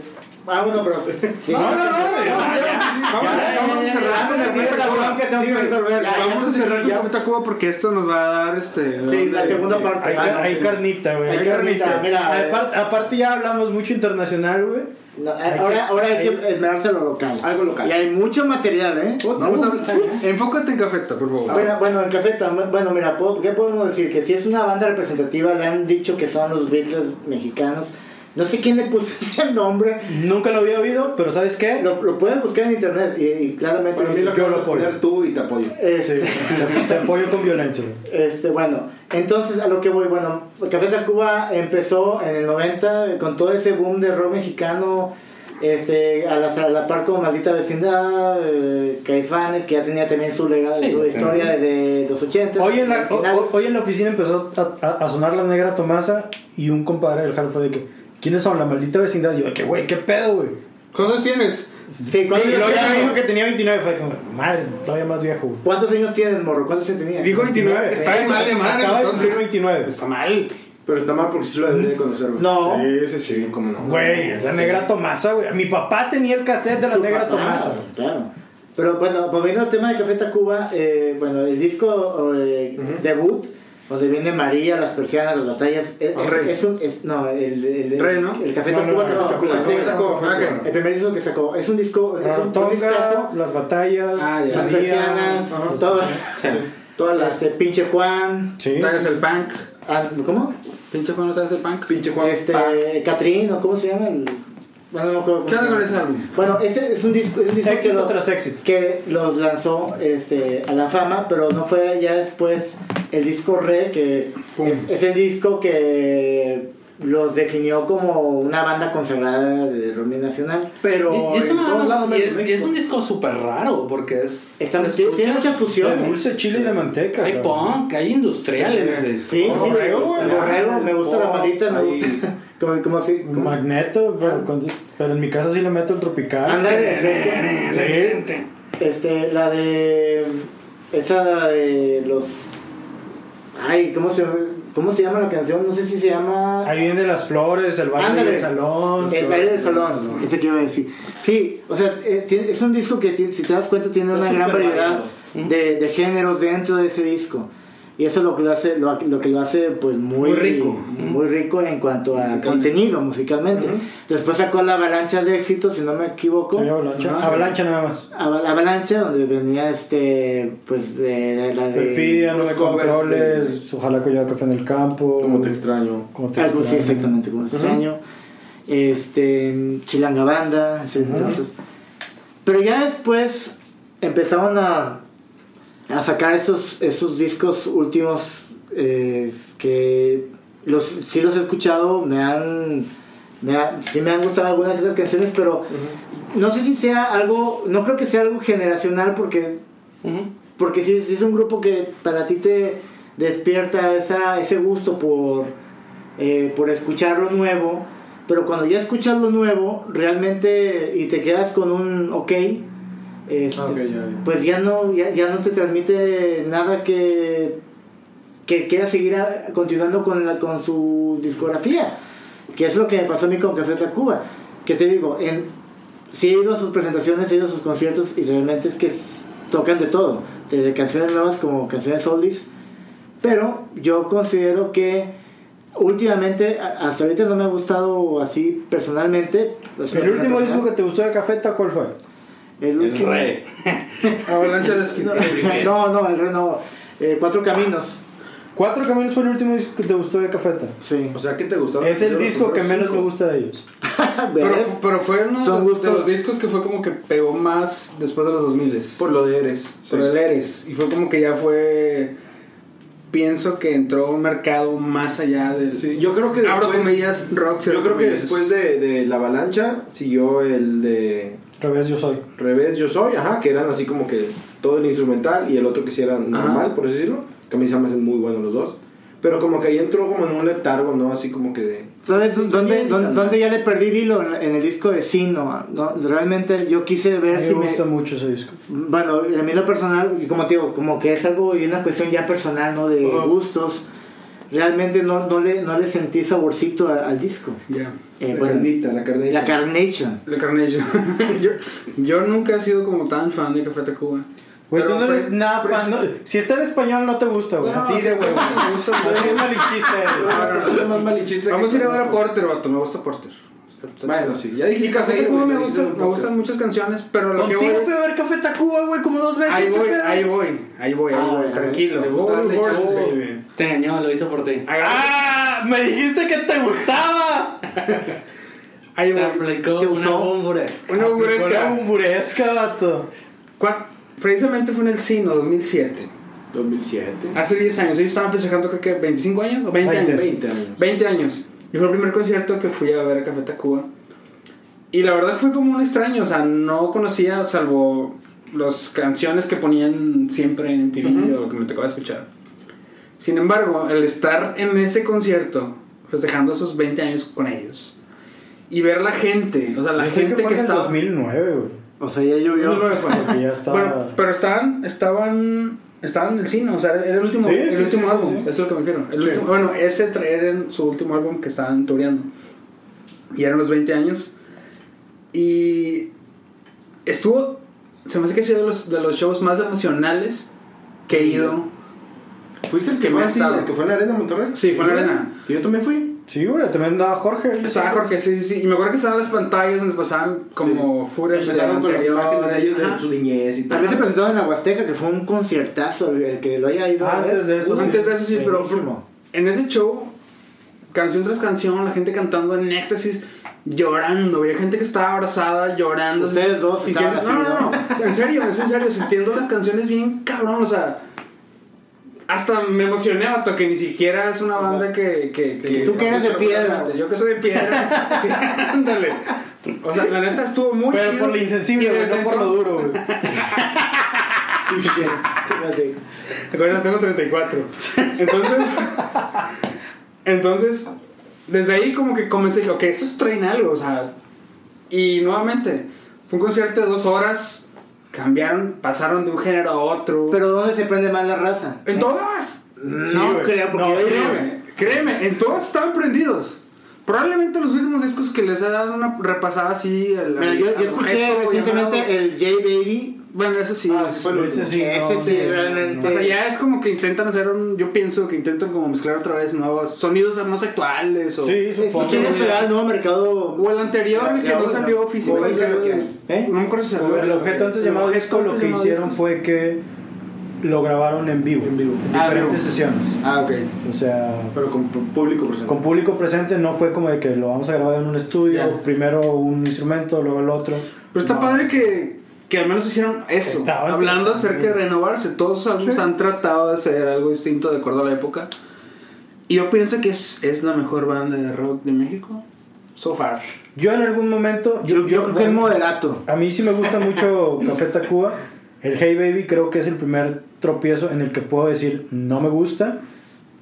S3: Ah, bueno,
S5: (laughs)
S3: pero.
S5: No, no, no,
S1: Vamos a- vamos a cerrar con
S3: Café Tacuba, que tengo que resolver.
S5: Vamos a cerrar ya.
S1: Café Tacuba porque esto nos va a dar este.
S3: Sí, la segunda parte.
S2: Hay,
S3: Ah, no,
S2: hay
S3: sí.
S2: carnita, güey.
S3: Hay carnita, mira,
S2: Apar-
S3: eh.
S2: Aparte, ya hablamos mucho internacional, güey.
S3: No, ahora, ahora hay que esmerarse en lo local.
S5: Algo local.
S3: Y hay mucho material, ¿eh?
S1: Vamos a Enfócate en Cafeta, por favor.
S3: Bueno, bueno, en Café Tacuba- bueno, mira, po- ¿qué podemos decir? Que si es una banda representativa, le han dicho que son los Beatles mexicanos. No sé quién le puso (laughs) ese nombre.
S2: Nunca lo había oído, pero ¿sabes qué?
S3: Lo, lo pueden buscar en internet y, y claramente...
S5: Para mí
S3: dice-
S5: lo
S2: Yo
S5: acabas
S2: lo
S5: de poner
S2: apoyo.
S5: tú y te apoyo.
S2: Sí,
S3: este,
S2: te- te apoyo con violencia, güey.
S3: este, bueno, entonces a lo que voy, bueno, Café Tacuba empezó en el 90 con todo ese boom de rock mexicano, este, a la, a la par con Maldita Vecindad, eh, Caifanes, que ya tenía también su, legado,
S4: Sí,
S3: su
S4: claro.
S3: historia de los 80.
S2: Hoy en, la,
S3: finales.
S2: ho- hoy en la oficina empezó a, a- a sonar la negra Tomasa y un compadre del Jaro fue de que, ¿quiénes son? La maldita vecindad. Y yo, de que, güey, ¿qué pedo, güey?
S1: ¿Cuántos tienes?
S3: Sí,
S2: Y
S3: ¿cuántos,
S2: luego
S3: años
S2: ya me
S3: tienes?
S2: dijo que tenía 29, fue como, madre, todavía más viejo, güey.
S3: ¿Cuántos años tienes, morro? ¿Cuántos se tenía?
S1: Dijo 29. Está de mal de madre.
S2: Acaba de
S1: entonces.
S2: cumplir 29.
S1: Está mal.
S5: Pero está mal porque sí lo debería de conocer. güey.
S3: No.
S5: Sí, sí, sí. ¿Cómo no?
S2: Güey, la negra Tomasa, güey. Mi papá tenía el cassette de la
S3: Tu
S2: negra
S3: papá,
S2: Tomasa.
S3: Claro, claro. Pero bueno, volviendo al tema de Café Tacuba, eh, bueno, el disco eh, debut, donde viene María, las persianas, las batallas, eh, es,
S5: Ah,
S3: es-
S5: Rey.
S3: es un. es- no, el, el, el-
S1: Rey, ¿no?
S3: el Café
S2: No, no,
S3: Tacuba,
S2: no,
S3: Café
S2: no,
S3: Tacuba,
S5: ¿Cómo
S3: Tacuba.
S5: sacó?
S1: Ah, ok.
S3: El primer disco que sacó. Es un disco. Es un, un discazo.
S2: Rarotonga, las batallas,
S1: Ah, ya.
S3: Las
S2: María,
S3: persianas,
S2: los-
S3: todo.
S4: sí.
S3: (laughs) Todas las. eh, pinche Juan.
S2: Sí.
S1: Tragas el punk.
S3: ah, ¿Cómo?
S1: Pinche Juan, no tragas el punk.
S5: Pinche Juan.
S3: Este. Catrín, o ¿cómo se llama? El- bueno, no me acuerdo cómo
S1: ¿Qué
S3: se
S1: onda
S3: llama.
S1: con ese álbum?
S3: Bueno, este es un disco, es un disco que,
S2: Éxito
S3: lo-
S2: tras éxito.
S3: que los lanzó este, a la fama, pero no fue ya después el disco Re, que
S1: Pum.
S3: es, es el disco que los definió como una banda consagrada de rock nacional.
S4: y, y es,
S3: en
S4: una
S3: todos
S4: banda-
S3: lados
S4: y
S3: menos
S4: es- y
S3: México.
S4: es un disco súper raro porque es.
S3: Está-
S4: lo
S3: tiene, tiene
S4: escuchas,
S3: muchas
S2: De
S3: fusiones.
S2: dulce chile y de manteca.
S4: Hay
S2: cabrón.
S4: punk, hay industrial
S5: Sí.
S4: en ese disco.
S3: Sí, sí,
S5: Borrego,
S3: me gusta el
S5: güey.
S3: borrego, me gusta la
S5: Oh,
S3: maldita, me
S5: ahí.
S3: gusta. (laughs) Como, como así. como-
S2: Magneto, pero, con- pero en mi casa sí le meto el tropical.
S3: Ándale, exacto.
S2: Sí.
S3: Este, la de. Esa de los. Ay, ¿cómo se llama? ¿Cómo se llama la canción? No sé si se llama.
S2: Ahí vienen las flores, el baile
S3: Ándale.
S2: del salón.
S3: El baile del salón, ese que iba a decir. Sí, o sea, eh, tiene- es un disco que tiene- si te das cuenta tiene
S5: Está
S3: una gran
S5: súper
S3: variedad
S4: variado.
S3: de, de géneros dentro de ese disco. Y eso es lo que lo hace, lo, lo que lo hace pues muy,
S1: Muy rico.
S3: muy rico en cuanto a
S1: Musicalmente.
S3: contenido musicalmente. Después sacó la avalancha de éxito, si no me equivoco.
S2: Soy avalancha.
S1: Ajá.
S2: Avalancha nada más.
S3: Ava- Avalancha, donde venía este, pues, de, de- la de.
S2: Perfidia, no
S5: los
S2: me
S5: covers
S2: controles, ojalá que yo café en el campo.
S5: Como te extraño.
S2: Como te
S3: Algo sí,
S2: extraño.
S3: exactamente, como este año. Este, Chilanga Banda, entre
S2: Ujú.
S3: otros. Pero ya después empezaron a, a sacar estos, esos discos últimos eh, que los, sí los he escuchado, me han... Me ha- sí me han gustado algunas de las canciones, pero no sé si sea algo, no creo que sea algo generacional porque
S4: Ujú.
S3: porque si, si es un grupo que para ti te despierta esa, ese gusto por, eh, por escuchar lo nuevo, pero cuando ya escuchas lo nuevo, realmente, y te quedas con un ok, este,
S5: Ah, ok, ya, ya.
S3: pues ya no, ya, ya no te transmite nada que, que quieras seguir a- continuando con, la, con su discografía, que es lo que me pasó a mí con Café Tacuba, que te digo, en, sí he ido a sus presentaciones, he ido a sus conciertos y realmente es que s- tocan de todo, desde canciones nuevas como canciones oldies, pero yo considero que últimamente, a- hasta ahorita no me ha gustado así personalmente. pues,
S2: El último
S3: personal-
S2: disco que te gustó de Cafeta, ¿cuál fue?
S3: el
S4: El
S3: último-
S4: rey.
S1: Avalancha de esquina.
S3: No, no, el rey no. Eh, cuatro caminos.
S2: Cuatro Caminos fue el último disco que te gustó de Cafeta.
S3: Sí.
S5: O sea, ¿qué te gustaba?
S2: Es el
S5: Los
S2: disco que menos
S5: primeros cinco.
S2: me gusta de ellos.
S1: Pero,
S3: ¿Ves?
S1: pero fue uno
S3: Son
S1: de
S3: gustos.
S1: los discos que fue como que pegó más después de los 2000
S5: Por lo de Eres. Sí.
S1: por el Eres. Y fue como que ya fue. Pienso que entró a un mercado más allá del.
S5: Sí, yo creo que
S1: Abro
S5: después-
S1: comillas, rock. cierro
S5: Yo creo que
S1: comillas.
S5: después de, de La Avalancha siguió el de
S2: Revés yo soy.
S5: Revés Yo Soy, ajá, que eran así como que todo el instrumental y el otro que sí era normal, por así decirlo. Que a mí se me hacen muy buenos los dos. Pero como que ahí entró como en un letargo, ¿no? Así como que de...
S3: ¿Sabes dónde, dónde, dónde ya le perdí el hilo? En el disco de Sino. ah, No, realmente yo quise
S2: A
S3: ver
S2: mí
S3: si
S2: me
S3: me-
S2: gusta mucho ese disco.
S3: Bueno, a mí lo personal, y como te digo, como que es algo y una cuestión ya personal, ¿no? De
S5: Ajá.
S3: gustos. Realmente no, no, le, no le sentí saborcito a- al disco.
S1: Ya.
S3: Eh,
S5: la
S3: bueno,
S5: carnita, la carnita.
S3: la Carnation.
S1: La Carnation. (laughs) yo, yo nunca he sido como tan fan de Café Tacuba.
S2: Güey, tú
S1: Pero
S2: no eres
S1: pre-
S2: nada
S1: pre-
S2: fan. no- si está en español, no te gusta, güey.
S1: No,
S2: Así de
S1: sí,
S2: güey.
S1: sí, me gusta,
S2: Así
S1: güey.
S2: es malinchista, güey.
S1: No, no, no.
S5: Es lo más malinchista que
S1: Vamos a ir a ver a
S5: conozco.
S1: Porter, vato. Me gusta Porter. Está- está
S5: Bueno,
S1: chido.
S5: sí, ya
S1: Y
S5: dije
S1: Café
S5: Café,
S1: Tacuba
S5: güey,
S1: me,
S5: lo
S1: gusta,
S5: hice en
S1: me
S5: un
S1: gustan muchas canciones, pero lo que voy
S2: Contigo
S1: es-
S2: fui a ver Café Tacuba, güey, como dos veces.
S1: Ahí
S2: ¿qué
S1: voy,
S2: pedo?
S1: ahí voy, ahí voy, ahí
S3: Ah,
S1: voy,
S3: bueno,
S1: tranquilo.
S5: le
S1: Me
S5: voy
S1: gusta darle
S5: a dar
S1: chance,
S5: chance.
S1: baby.
S4: Te engañó, lo hizo por ti.
S1: Agarra-
S2: ¡Ah! ¡Me dijiste que te gustaba!
S1: Ahí
S4: Te
S1: voy.
S4: aplicó
S3: ¿Te
S4: una
S3: usó?
S4: bomburesca.
S1: Una
S2: Aplicó la
S1: burburesca.
S2: Bumburesca, vato.
S1: Cua- Precisamente fue en el Sino 2007.
S5: 2007.
S1: Hace 10 años. Ellos estaban festejando creo que 25 años o 20, años.
S5: 20 años.
S1: 20 años. Y fue el primer concierto que fui a ver a Café Tacuba. Y la verdad fue como un extraño, o sea, no conocía salvo las canciones que ponían siempre en TV o que me tocaba escuchar. Sin embargo, el estar en ese concierto, festejando esos 20 años con ellos, y ver la gente, o sea, la
S2: Yo sé
S1: gente que,
S2: fue en el
S1: estaba...
S2: 2009, güey.
S3: O sea, ya
S1: No, no,
S3: llovió.
S1: no, fue.
S2: Porque ya estaba-
S1: Bueno, pero estaban, estaban, estaban en el cine, o sea, era el último,
S2: Sí,
S1: el
S2: sí,
S1: último
S2: sí, sí,
S1: álbum,
S2: sí.
S1: eso es lo que me dijeron. El
S2: Sí.
S1: último- bueno, ese tra- era su último álbum que estaban toreando. Y eran los 20 años. Y estuvo, se me hace que ha sido de los, de los shows más emocionales que he ido.
S5: ¿Fuiste el que,
S1: Que
S5: fue
S1: me
S5: así,
S1: estaba.
S5: el que fue en la arena Monterrey?
S1: Sí, fue en la arena.
S5: Que yo también fui.
S2: Sí, güey, también andaba Jorge.
S1: Estaba Jorge, sí, sí, sí. Y me acuerdo que estaban las pantallas donde pasaban como footage de
S5: Empezaron con las
S1: anteriores,
S5: imágenes de ellos
S1: ajá.
S5: de su niñez y tal.
S3: También se presentó en la Huasteca, que fue un conciertazo el que lo haya ido a ver.
S2: Antes de eso,
S1: Antes
S2: sí.
S1: de eso sí, pero
S3: Buenísimo.
S1: en ese show, canción tras canción, la gente cantando en éxtasis, llorando. Había gente que estaba abrazada, llorando.
S3: Ustedes dos
S1: sintiendo-
S3: estaban
S1: no,
S3: así,
S1: no, no, En serio, es en serio, sintiendo las canciones bien cabrón, o sea. Hasta me emocioné, vato, que ni siquiera es una banda que, que, que-
S3: tú que eres de piedra.
S1: Yo que soy de piedra. Sí, ándale. O sea, la neta estuvo muy
S2: Pero
S1: chido.
S2: por lo insensible,
S1: Y
S2: güey,
S1: desde
S2: no por lo
S1: entonces-
S2: duro, güey.
S3: Fíjate.
S1: Todavía tengo 34. Entonces, entonces, desde ahí como que comencé, dije, ok, estos traen algo, o sea. Y nuevamente, fue un concierto de dos horas, cambiaron, pasaron de un género a otro.
S3: Pero ¿dónde se prende más la raza?
S1: en todas.
S3: No
S2: Sí, güey.
S3: creo, porque
S2: No,
S3: yo he
S1: sí,
S3: ido-
S1: güey. Créeme, en todas estaban prendidos. Probablemente los últimos discos que les ha dado una repasada así. al-
S3: Mira, yo, yo
S1: al
S3: escuché
S1: objeto
S3: recientemente
S1: llamado-
S3: el J Baby.
S1: Bueno, eso sí.
S5: Ah,
S1: es-
S5: sí, bueno,
S2: ese sí,
S3: ese
S2: no,
S3: sí,
S2: no, no,
S3: realmente.
S1: o
S2: Eh,
S1: sea, ya es como que intentan hacer un. Yo pienso que intentan como mezclar otra vez nuevos sonidos más actuales o.
S2: Sí,
S3: Si
S2: supongo.
S3: quieren pegar al nuevo mercado.
S1: O el anterior, el
S5: Ya,
S1: que no
S5: ya,
S1: salió
S5: ya.
S1: físico.
S5: Bueno,
S1: el
S5: claro
S1: que-
S5: que-
S2: ¿Eh?
S1: No me acuerdo si salió.
S2: El objeto antes
S1: El
S2: llamado
S1: objeto
S2: disco lo
S1: antes
S2: que
S1: llamado
S2: hicieron
S1: disco.
S2: fue que lo grabaron en vivo.
S5: En vivo.
S1: Ah,
S2: diferentes
S1: vivo.
S2: sesiones.
S5: Ah, ok.
S2: O sea,
S5: Pero con pu- público presente.
S2: con público presente no fue como de que lo vamos a grabar en un estudio,
S5: Ya.
S2: primero un instrumento, luego el otro.
S1: Pero está
S2: No.
S1: padre que, que al menos hicieron eso.
S2: Estaban
S1: Hablando
S2: tratando.
S1: acerca de renovarse, todos sus álbumes han tratado de hacer algo distinto de acuerdo a la época. Y yo pienso que es, es la mejor banda de rock de México. So far.
S2: Yo en algún momento.
S3: Yo, yo creo que es moderato.
S2: A mí sí me gusta mucho Café Tacuba. El Hey Baby creo que es el primer tropiezo en el que puedo decir no me gusta.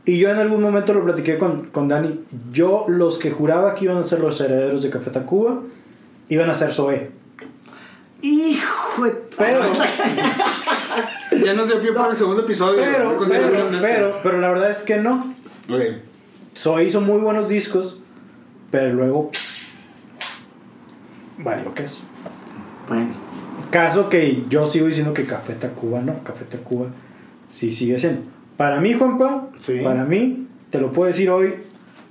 S2: Y yo en algún momento lo platiqué con, con Dani. Yo, los que juraba que iban a ser los herederos de Café Tacuba, iban a ser Zoé.
S3: Hijo de.
S2: Pero,
S1: (laughs) Ya nos dio pie para el segundo episodio.
S2: pero,
S1: Vamos a continuar
S2: pero,
S1: con este.
S2: pero, pero la verdad es que no.
S1: Ok.
S2: Zoé hizo muy buenos discos, pero luego. Valió queso.
S3: Bueno.
S2: Caso que yo sigo diciendo que Café Tacuba no, Café Tacuba sí sigue siendo. Para mí, Juanpa,
S3: Sí.
S2: para mí, te lo puedo decir hoy,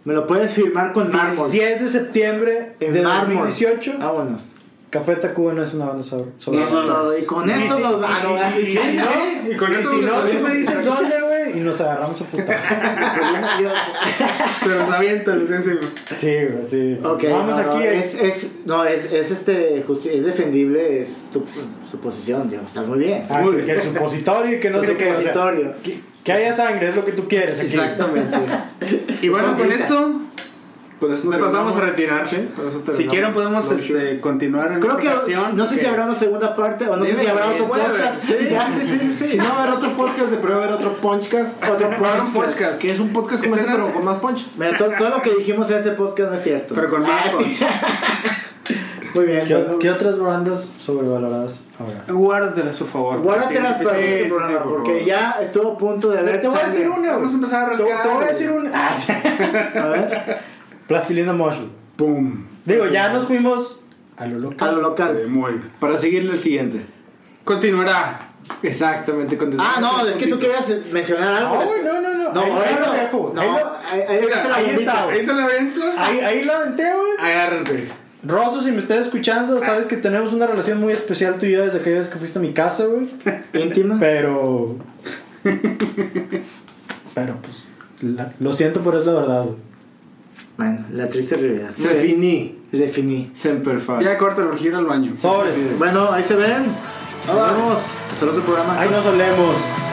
S3: Me lo puedes firmar con mármol.
S2: 10 de septiembre
S3: En
S2: de
S3: mármol. Ah.
S2: 2018,
S3: Vámonos.
S2: Café Tacuba no es una banda sobre
S3: Y eso
S2: sobre-
S3: todo, Y con
S2: Y
S3: esto
S2: si-
S3: nos
S2: y-
S3: van
S2: y- y si no,
S1: Y con
S2: y
S1: eso
S2: si
S1: nos
S2: no, tú
S1: salimos.
S2: me dices dónde, güey, y nos agarramos a putas.
S3: (laughs)
S1: Se los avientan desde encima.
S2: Sí, güey, sí.
S3: Okay,
S2: Vamos
S3: no, no,
S2: aquí. eh.
S3: es, es, no, es, es, este, justi- es defendible es tu, su posición, digamos, está muy bien.
S2: ah,
S1: Muy
S2: que- que el supositorio y que no
S3: El
S2: sé qué. o sea,
S3: supositorio.
S2: que, que haya sangre es lo que tú quieres aquí. (laughs)
S3: Exactamente.
S1: Y bueno, con esto,
S5: Con eso
S1: Nos
S5: terminamos.
S1: pasamos a retirar.
S5: Sí, con eso
S1: si
S5: terminamos.
S1: quieren, podemos
S5: No,
S1: este, continuar en
S3: Creo
S1: otra
S3: que
S1: ocasión,
S3: no sé si
S1: porque-
S3: habrá una segunda parte o no sé
S1: Debe
S3: si habrá
S1: haber,
S3: otro
S1: puede haber.
S3: podcast.
S5: Sí,
S3: Ya,
S5: sí, sí, sí. Si no, va a haber otro podcast de prueba, va a haber otro punchcast. (laughs) Otro
S1: haber un podcast.
S5: Que es un podcast como
S1: Este
S5: este,
S1: era-
S5: pero con más punch.
S3: Mira, todo, todo lo que dijimos en este podcast no es cierto.
S1: Pero con más
S3: Ah, sí.
S1: punch.
S3: Muy bien.
S2: ¿Qué,
S3: bueno.
S2: qué otras bandas sobrevaloradas ahora?
S1: Guárdatelas, por favor.
S3: Guárdatelas
S1: Sí,
S3: para el
S1: sí,
S3: siguiente
S1: sí,
S3: programa,
S1: sí, por
S3: porque
S1: favor.
S3: ya estuvo a punto de haber.
S2: Te voy a decir
S3: sangre.
S2: una,
S1: Vamos a
S2: güey.
S1: empezar a
S2: Te,
S1: rascar.
S2: te voy a decir una.
S3: A ver,
S2: (laughs) Plastilina Mosh.
S1: ¡Pum!
S2: Digo, ya nos fuimos a lo
S3: a
S2: local.
S3: lo
S1: Sí,
S3: local.
S1: muy bien.
S5: Para seguirle el siguiente.
S1: Continuará.
S5: Exactamente. con-
S3: Ah, no, es que tú querías mencionar algo.
S2: Ah, güey, no, no, no.
S3: No,
S2: ahí,
S3: ahora
S2: ahí lo
S3: no.
S2: dejo.
S3: No,
S2: Ahí, lo-
S3: ahí- ahí está la
S2: ahí
S3: bombita.
S2: está, güey.
S1: Ahí se la evento.
S2: ahí, ahí lo aventé, güey.
S1: Agárrate.
S2: Rosso, si me estás escuchando, sabes que tenemos una relación muy especial tú y yo desde aquella vez que fuiste a mi casa, (laughs) güey.
S3: Íntima.
S2: Pero. Pero, pues. la- lo siento, pero es la verdad, güey.
S3: Bueno, la triste realidad.
S5: Se finí.
S3: Definí.
S5: Semperfal.
S1: Ya córtalo, gira al baño.
S2: Sobres.
S3: Bueno, ahí se ven. Nos
S1: Bye.
S3: vemos. Hasta el otro programa.
S2: Ahí nos olemos.